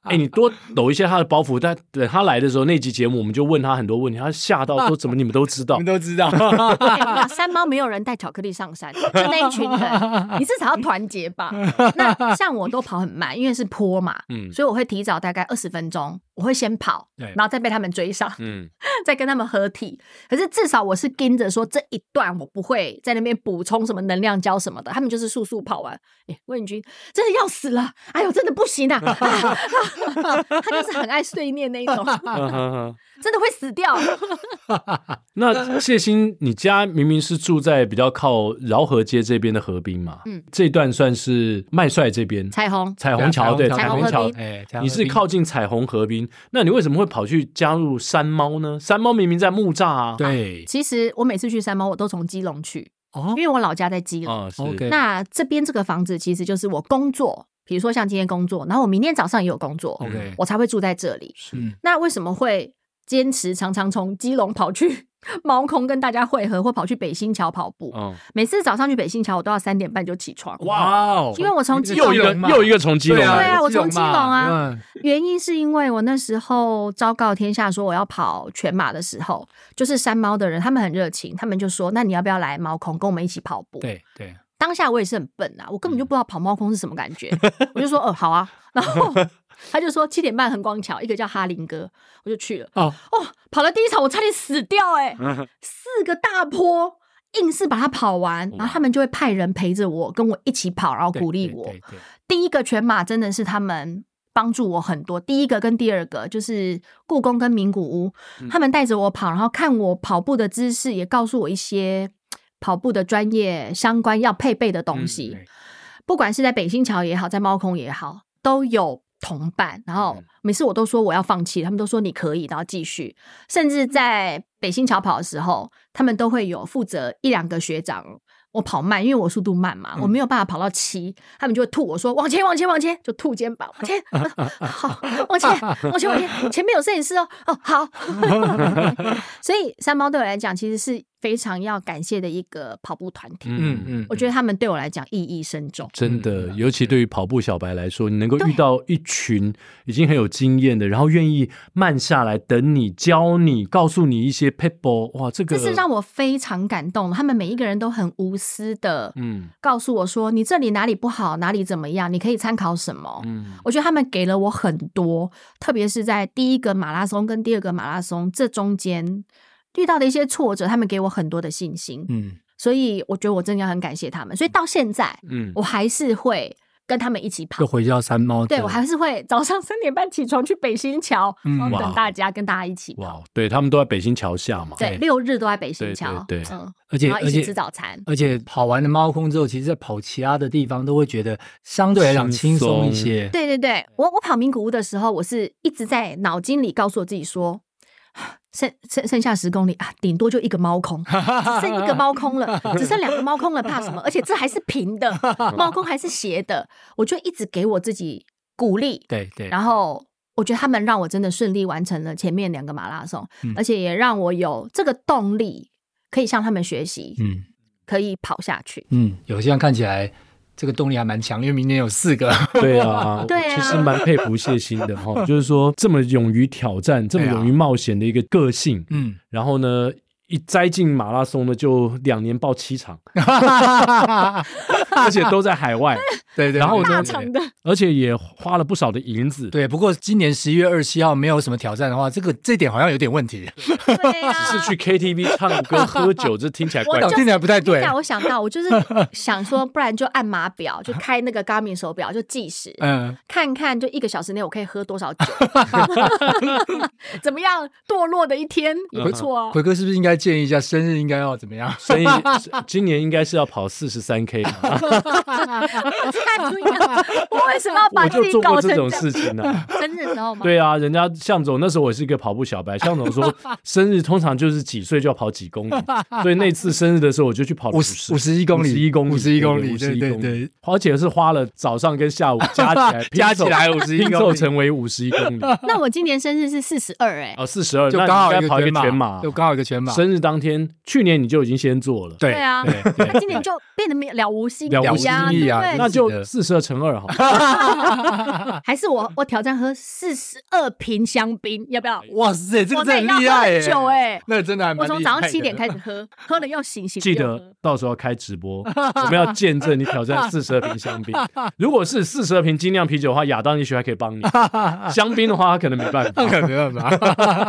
B: 哎，你多抖一下他的包袱，但等他来的时候，那集节目我们就问他很多问题，他吓到说：“怎么你们都知
C: 我
B: 道
C: 们都知 道。
D: 哎我讲山猫没有人带巧克力上山，就那一群人，你至少要团结吧。那像我都跑很慢，因为是坡嘛，
B: 嗯
D: 所以我会提早大概二十分钟，我会先跑，
C: 对
D: 然后再被他们追上？”，
B: 嗯，
D: 再跟他们合体。可是至少我是跟着说这一段我不会在那边补充什么能量胶什么的，他们就是速速跑完。哎，魏宇君真的要死了，哎呦，真的 不行啊！ 啊啊啊他就是很爱碎念那一种，
B: 嗯哼哼
D: 真的会死掉。
B: 那谢欣，你家明明是住在比较靠饶河街这边的河滨嘛，
D: 嗯
B: 这段算是麦帅这边
D: 彩虹，
B: 彩虹 桥对
C: 对
B: 彩
D: 彩虹
B: 虹桥
D: 河，滨
C: 哎，
B: 你是靠近彩虹河滨，那你为什么会跑去加入山猫呢？山猫明明在木栅啊，
C: 对
D: 其实我每次去山猫，我都从基隆去，
C: 哦
D: 因为我老家在基隆。
B: 啊是
C: OK
D: 那这边这个房子其实就是我工作，比如说像今天工作，然后我明天早上也有工
B: 哦
D: 作，
C: OK，
D: 我才会住在这里。
C: 嗯
D: 那为什么会坚持常常从基隆跑去 猫空跟大家会合，或跑去北新桥跑步？
B: 嗯，
D: 每次早上去北新桥，我都要三点半就起床。
C: 哦哇哦，
D: 因为我从基隆
B: 又一个又一个从基隆
D: 对
B: 来
D: 啊
B: 的，
D: 我从基隆啊
C: 嗯
D: 原因是因为我那时候昭告天下说我要跑全马的时候，就是山猫的人，他们很热情，他们就说：“那你要不要来猫空跟我们一起跑步？”
C: 对对，
D: 当下我也是很笨啊，我根本就
C: 嗯
D: 不知道跑猫空是什么感觉，我就说：“哦、好啊。”然 后他就说：“七点半横光桥，一个叫哈林哥，我就去了。”
C: 哦，嗯
D: 哦，跑了第一场我差点死掉哎、四个大坡，硬是把它跑完，然后他们就会派人陪着我，跟我一起跑，然后
C: 对
D: 鼓励
C: 对
D: 我。
C: 对对
D: 第一个全马真的是他们帮助我很多，第一个跟第二个就是故宫跟名古屋，他们带着我跑，然后看我跑步的姿势，也告诉我一些跑步的专业相关要配备的东西。
C: 对
D: 不管是在北新桥也好，在猫空也好，都有同伴。然后
B: 嗯
D: 每次我都说我要放弃，他们都说你可以，然后继续。甚至在北新桥跑的时候，他们都会有负责一两个学长。我跑慢，因为我速度慢嘛，
B: 嗯
D: 我没有办法跑到七，他们就会吐我说往前往前往前，就吐肩膀 往前，好往前往前往前，前面有摄影师哦哦好， 所以山猫对我来讲其实是非常要感谢的一个跑步团
B: 嗯
D: 体，
C: 嗯
B: 嗯。
C: 嗯，
D: 我觉得他们对我来讲意义深重。
B: 真的，
C: 嗯
B: 尤其对于跑步小白来说，你能够
D: 对
B: 遇到一群已经很有经验的，然后愿意慢下来等你、教你、告诉你一些 people，哇，这个
D: 这是让我非常感动。他们每一个人都很无私的，
B: 嗯
D: 告诉我说你这里哪里不好，哪里怎么样，你可以参考什么。
B: 嗯
D: 我觉得他们给了我很多，特别是在第一个马拉松跟第二个马拉松这中间遇到的一些挫折，他们给我很多的信心。
C: 嗯
D: 所以我觉得我真的要很感谢他们。所以到现在，
B: 嗯
D: 我还是会跟他们一起跑
C: 又。回到山猫的，
D: 对我还是会早上三点半起床去北新桥，
C: 嗯
D: 然后
B: 哇
D: 等大家跟大家一起跑。
B: 哇，对他们都在北新桥下嘛，
D: 对，六日都在北新
B: 对
D: 桥，
B: 对对
D: 嗯，
C: 而且
D: 然后一
C: 而且
D: 起吃早餐。
C: 而且跑完了猫空之后，其实在跑其他的地方都会觉得相对来讲轻松一些。
D: 对对对，我我跑名古屋的时候，我是一直在脑筋里告诉我自己说，啊剩剩剩下十公里啊，顶多就一个猫空，只剩一个猫空了，只剩两个猫空了，怕什么？而且这还是平的，猫空还是斜的，我就一直给我自己鼓励，
C: 对对，
D: 然后。我觉得他们让我真的顺利完成了前面两个马拉松，
C: 嗯
D: 而且也让我有这个动力，可以向他们学习，
C: 嗯
D: 可以跑下去。
C: 嗯，有些人看起来这个动力还蛮强，因为明年有四个。
B: 对啊，
D: 对啊
B: 其实蛮佩服谢欣的 哈，就是说这么勇于挑战、这么
C: 对啊
B: 勇于冒险的一个个性，
C: 嗯，
B: 然后呢，一栽进马拉松呢，就两年报七 场，而且都在海外，
C: 对对，
B: 然后呢
D: 大
C: 呢？
D: 场的，
B: 而且也花了不少的银子。
C: 对，不过今年十一月二十七号没有什么挑战的话，这个这点好像有点问 题。
D: 对 啊，
B: 只是去 KTV 唱歌、 喝酒，这听起来怪
C: 我
B: 怪
C: 懂。听起来不太对
D: 我跟你讲我想到，我就是 想说，不然就按码表，就开那个 Garmin 手表，就计时，
C: 嗯，
D: 看看就一个小时内我可以喝 多少酒，怎么样？堕落的一天也不错啊。
C: 奎哥是不是应该建议一下生日应该要怎么样？
B: 所以今年应该是要跑四十三 K，
C: 嗯
D: 看出一样 我为什么要把
B: 我
D: 自
B: 就
D: 己
B: 做
D: 搞
B: 过
D: 成
B: 这
D: 这
B: 种
D: 样？
B: 事情呢、啊。
D: 生日的时候吗？
B: 对啊，人家向总那时候我是一个跑步小白，向总说生日通常就是几岁就要跑几 公里，所以那次生日的时候我就去跑
C: 五
B: 十
C: 十五十一公里，
B: 一公里，
C: 五十一公里，
B: 五
C: 对
B: 十一
C: 对
B: 公里，
C: 对，
B: 而且是花了早上跟下午加起来
C: 加起来
B: 拼凑
C: 51公里
B: 拼凑成为五十一公里，
D: 那我今年生日是四十二，哎，
B: 哦，四十二，
C: 就
B: 那
C: 刚好
B: 你应该跑一
C: 全
B: 个全马
C: 就，刚好一个全马。
B: 生日当天，去年你就已经先做了，
C: 对
D: 对啊，
C: 对对
D: 那今年就变得没了无新
B: 了无
D: 意啊，
C: 新意
D: 对
C: 啊
D: 不
B: 那
D: 对？
B: 就四十二乘二好了，
D: 还是我我挑战喝四十二瓶香槟，要不要？
C: 哇塞，这
D: 我
C: 个
D: 那
C: 真的很
D: 也要
C: 厉
D: 喝
C: 害耶！
D: 很久哎。
C: 那真的还蛮
D: 我从
C: 厉
D: 早
C: 害
D: 上
C: 的
D: 七点开始喝，喝了要醒，醒了
B: 记
D: 又
B: 得
D: 喝
B: 到时候开直播，我们要见证你挑战四十二瓶香槟。如果是四十二瓶精酿啤酒的话，亚当也许还可以帮你，香槟的话他可能没办法
C: 那。 可没办法，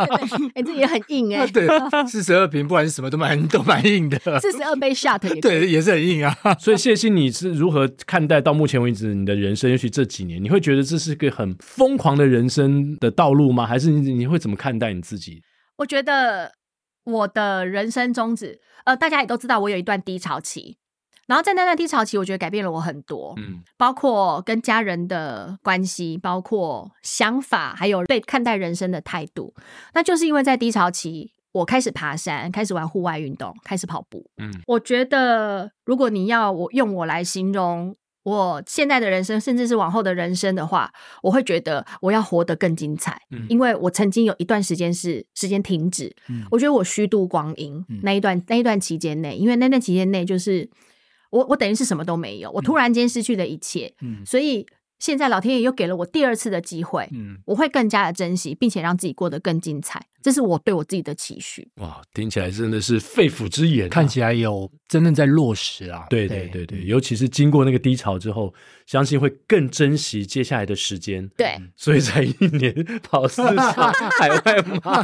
D: 哎、这也很硬哎、
C: 对，四十二瓶，不管是什么都蛮都蛮硬的，
D: 四十二杯 shot 也可以
C: 对，也是很硬啊。
B: 所以谢欣，你是如何看待到目前为止你的人生？也许这几年，你会觉得这是个很疯狂的人生的道路吗？还是你你会怎么看待你自己？
D: 我觉得我的人生宗旨，呃，大家也都知道，我有一段低潮期，然后在那段低潮期，我觉得改变了我很多，
B: 嗯，
D: 包括跟家人的关系，包括想法，还有对看待人生的态度。那就是因为在低潮期，我开始爬山，开始玩户外运动，开始跑步。
B: 嗯，
D: 我觉得如果你要我用我来形容我现在的人生，甚至是往后的人生的话，我会觉得我要活得更精彩，
B: 嗯
D: 因为我曾经有一段时间是时间停止，
C: 嗯
D: 我觉得我虚度光阴、
C: 嗯
D: 那一段那一段期间内，因为那段期间内就是我我等于是什么都没有，我突然间失去了一切，
C: 嗯
D: 所以现在老天爷又给了我第二次的机会，
C: 嗯，
D: 我会更加的珍惜，并且让自己过得更精彩，这是我对我自己的期许。
B: 哇，听起来真的是肺腑之言啊、
C: 看起来有真正在落实啊。
B: 对对对对，尤其是经过那个低潮之后，相信会更珍惜接下来的时间。
D: 对，
B: 所以才一年跑四场海外马，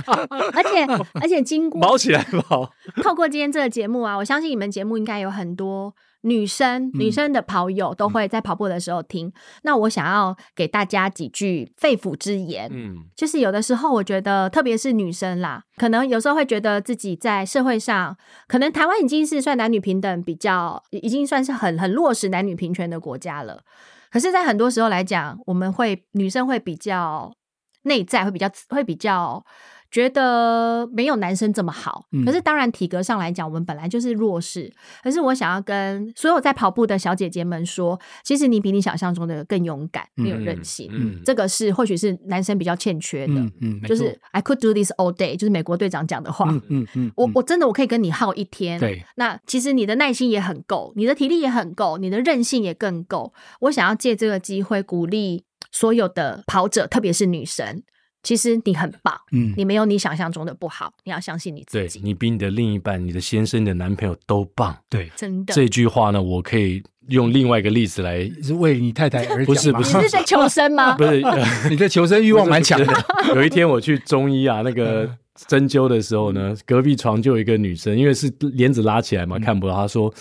D: 而且而且经过
B: 毛起来跑。
D: 透过今天这个节目啊，我相信你们节目应该有很多女生、
B: 嗯
D: 女生的跑友都会在跑步的时候听。那我想要给大家几句肺腑之言。
B: 嗯，
D: 就是有的时候，我觉得，特别是女生啦，可能有时候会觉得自己在社会上，可能台湾已经是算男女平等比较，已已经算是很很落实男女平权的国家了。可是，在很多时候来讲，我们会女生会比较内在，会比较会比较觉得没有男生这么好。
C: 嗯
D: 可是，当然体格上来讲，我们本来就是弱势。可是，我想要跟所有在跑步的小姐姐们说，其实你比你想象中的更勇敢，更有韧性。
B: 嗯，
D: 这个是或许是男生比较欠缺的，
C: 嗯嗯，没
D: 就
C: 错
D: 是 I could do this all day，就是美国队长讲的话。
C: 嗯嗯嗯，
D: 我
C: 嗯
D: 我真的我可以跟你耗一天，
C: 对，
D: 那其实你的耐心也很够，你的体力也很够，你的韧性也更够。我想要借这个机会鼓励所有的跑者，特别是女生，其实你很棒，
C: 嗯
D: 你没有你想象中的不好，你要相信你自
B: 对
D: 己，
B: 你比你的另一半、你的先生、你的男朋友都棒。
C: 对，
D: 真的。
B: 这句话呢，我可以用另外一个例子来，
C: 是为你太太而讲
B: 不是
C: 吧
B: 不
D: 你是在求生吗？
B: 不是
C: 你的求生欲望蛮强的。。
B: 有一天我去中医啊，那个针灸的时候呢，隔壁床就有一个女生，因为是帘子拉起来嘛，看不到。她说：“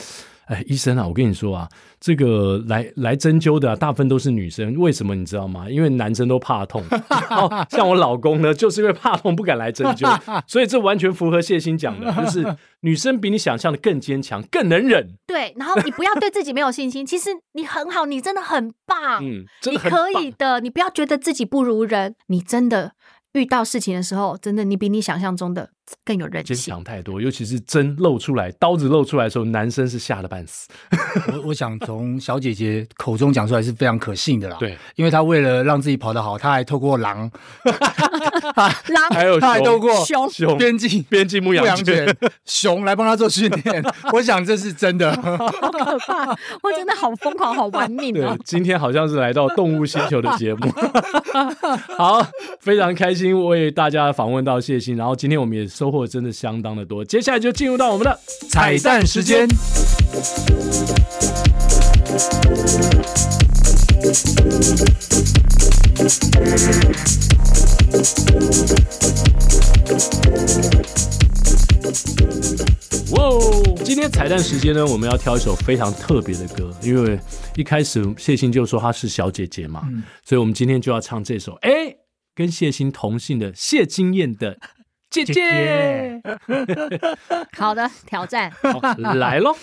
B: 哎，医生啊，我跟你说啊，这个来来针灸的、啊、大部分都是女生，为什么你知道吗？因为男生都怕痛，哦，像我老公呢，就是因为怕痛不敢来针灸，所以这完全符合谢欣讲的，就是女生比你想象的更坚强，更能忍。
D: 对，然后你不要对自己没有信心，其实你很好，你真的很棒，
B: 嗯，真
D: 你
B: 的很
D: 可
B: 棒
D: 以的，你不要觉得自己不如人，你真的遇到事情的时候，真的你比你想象中的更有韧
B: 今天
D: 性。
B: 想太多，尤其是针露出来、刀子露出来的时候，男生是吓得半死。
C: 我我想从小姐姐口中讲出来是非常可信的啦。
B: 对，
C: 因为她为了让自己跑得好，她还透过狼，
D: 狼
B: 还有
C: 她还
B: 熊
C: 透过
D: 熊
B: 熊
C: 边境
B: 边境牧
C: 牧
B: 羊
C: 羊犬熊来帮她做训 练。我想这是真的。
D: 好可怕！我真的好疯狂，好玩命
B: 对
D: 哦，！
B: 今天好像是来到动物星球的节目， 好，非常开心为大家访问到谢欣，然后今天我们也收获真的相当的多，接下来就进入到我们的
C: 彩蛋时间，
B: 哇哦！今天彩蛋时间呢，我们要挑一首非常特别的歌，因为一开始谢欣就说她是小姐姐嘛，所以我们今天就要唱这首，哎、跟谢欣同姓的谢金燕的姐姐，
C: 姐
D: 好的挑战。
B: 好来喽。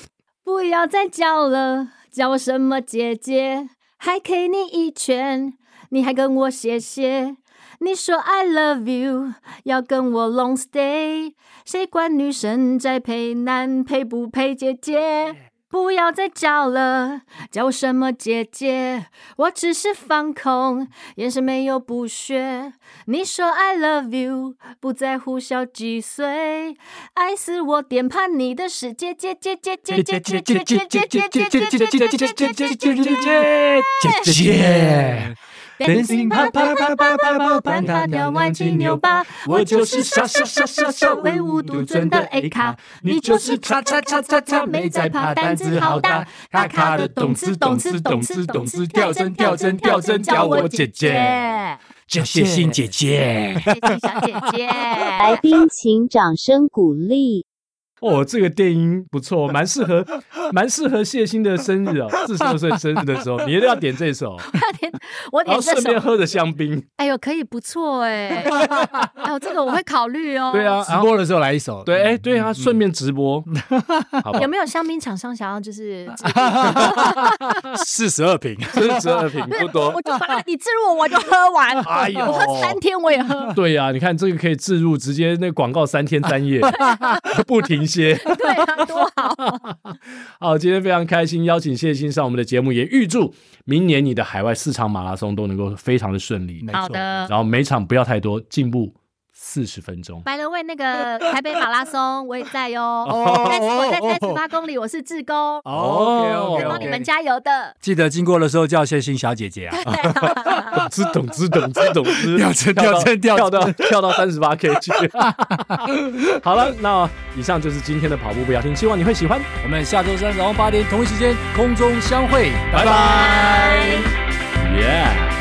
D: 不要再叫了，叫我什么姐姐？还给你一拳，你还跟我谢谢。你说 I love you，要跟我 long stay，谁管女生在配男配不配姐姐？不要再叫了，叫我什么姐姐？我只是放空，眼神没有不屑。你说 I love you，不在乎小几岁，爱死我点判你的是姐姐姐姐姐姐姐姐姐姐姐姐姐姐姐姐姐姐姐姐姐。
C: 姐姐，
D: 担心啪啪啪啪啪啪，管他掉歪七扭八，我就是傻傻傻傻傻唯吾独尊的 A 咖，你就是叉叉叉叉叉没在怕，胆子好大，大咖的懂吃懂吃懂吃懂吃，跳针跳针跳针叫我姐姐，
C: 叫谢欣姐姐。
D: 谢谢小姐姐。
F: 来 宾请掌声鼓励。
B: 哦，这个电音不错，蛮适合，蛮适合谢欣的生日哦，四十二岁生日的时候，你一定要点这首，
D: 我
B: 然后
D: 点这
B: 顺便
D: 首，
B: 喝着香槟。
D: 哎呦，可以不错 哎，哎呦，这个我会考虑哦。
B: 对啊，
C: 直
B: 然后
C: 播的时候来一首，
B: 对，哎，对啊，顺便直播，好吧
D: 有，没有香槟厂商想要就是
C: 四十二瓶。
B: 真十二瓶不多
D: 我。就把它你置入我，我就喝完。
B: 哎呦
D: 我喝三天我也喝。
B: 对呀、你看这个可以置入，直接那广告三天三夜不停歇。
D: 对啊，多好！
B: 好，今天非常开心，邀请谢欣上我们的节目，也预祝明年你的海外市场马拉松都能够非常的顺利，
C: 没错
D: 好的
B: 然。后每场不要太多，进步四十分钟。
D: 白人为那个台北马拉松我也在哟
C: 哦，
D: 但是我在三十八公里我是志工，
C: 哦
B: 哦
C: ，OK
D: 帮你
C: OK
D: 们
C: OK，
D: 加油的。
C: 记得经过的时候叫谢欣小姐姐啊。
B: 懂之懂之懂之懂之，
C: 掉针
B: 跳到
C: 掉针掉
B: 跳到跳到三十八 K 去。 好了，那以上就是今天的跑步不要停，希望你会喜欢，
E: 我们下周三早上八点同一时间空中相会，
B: 拜拜，耶。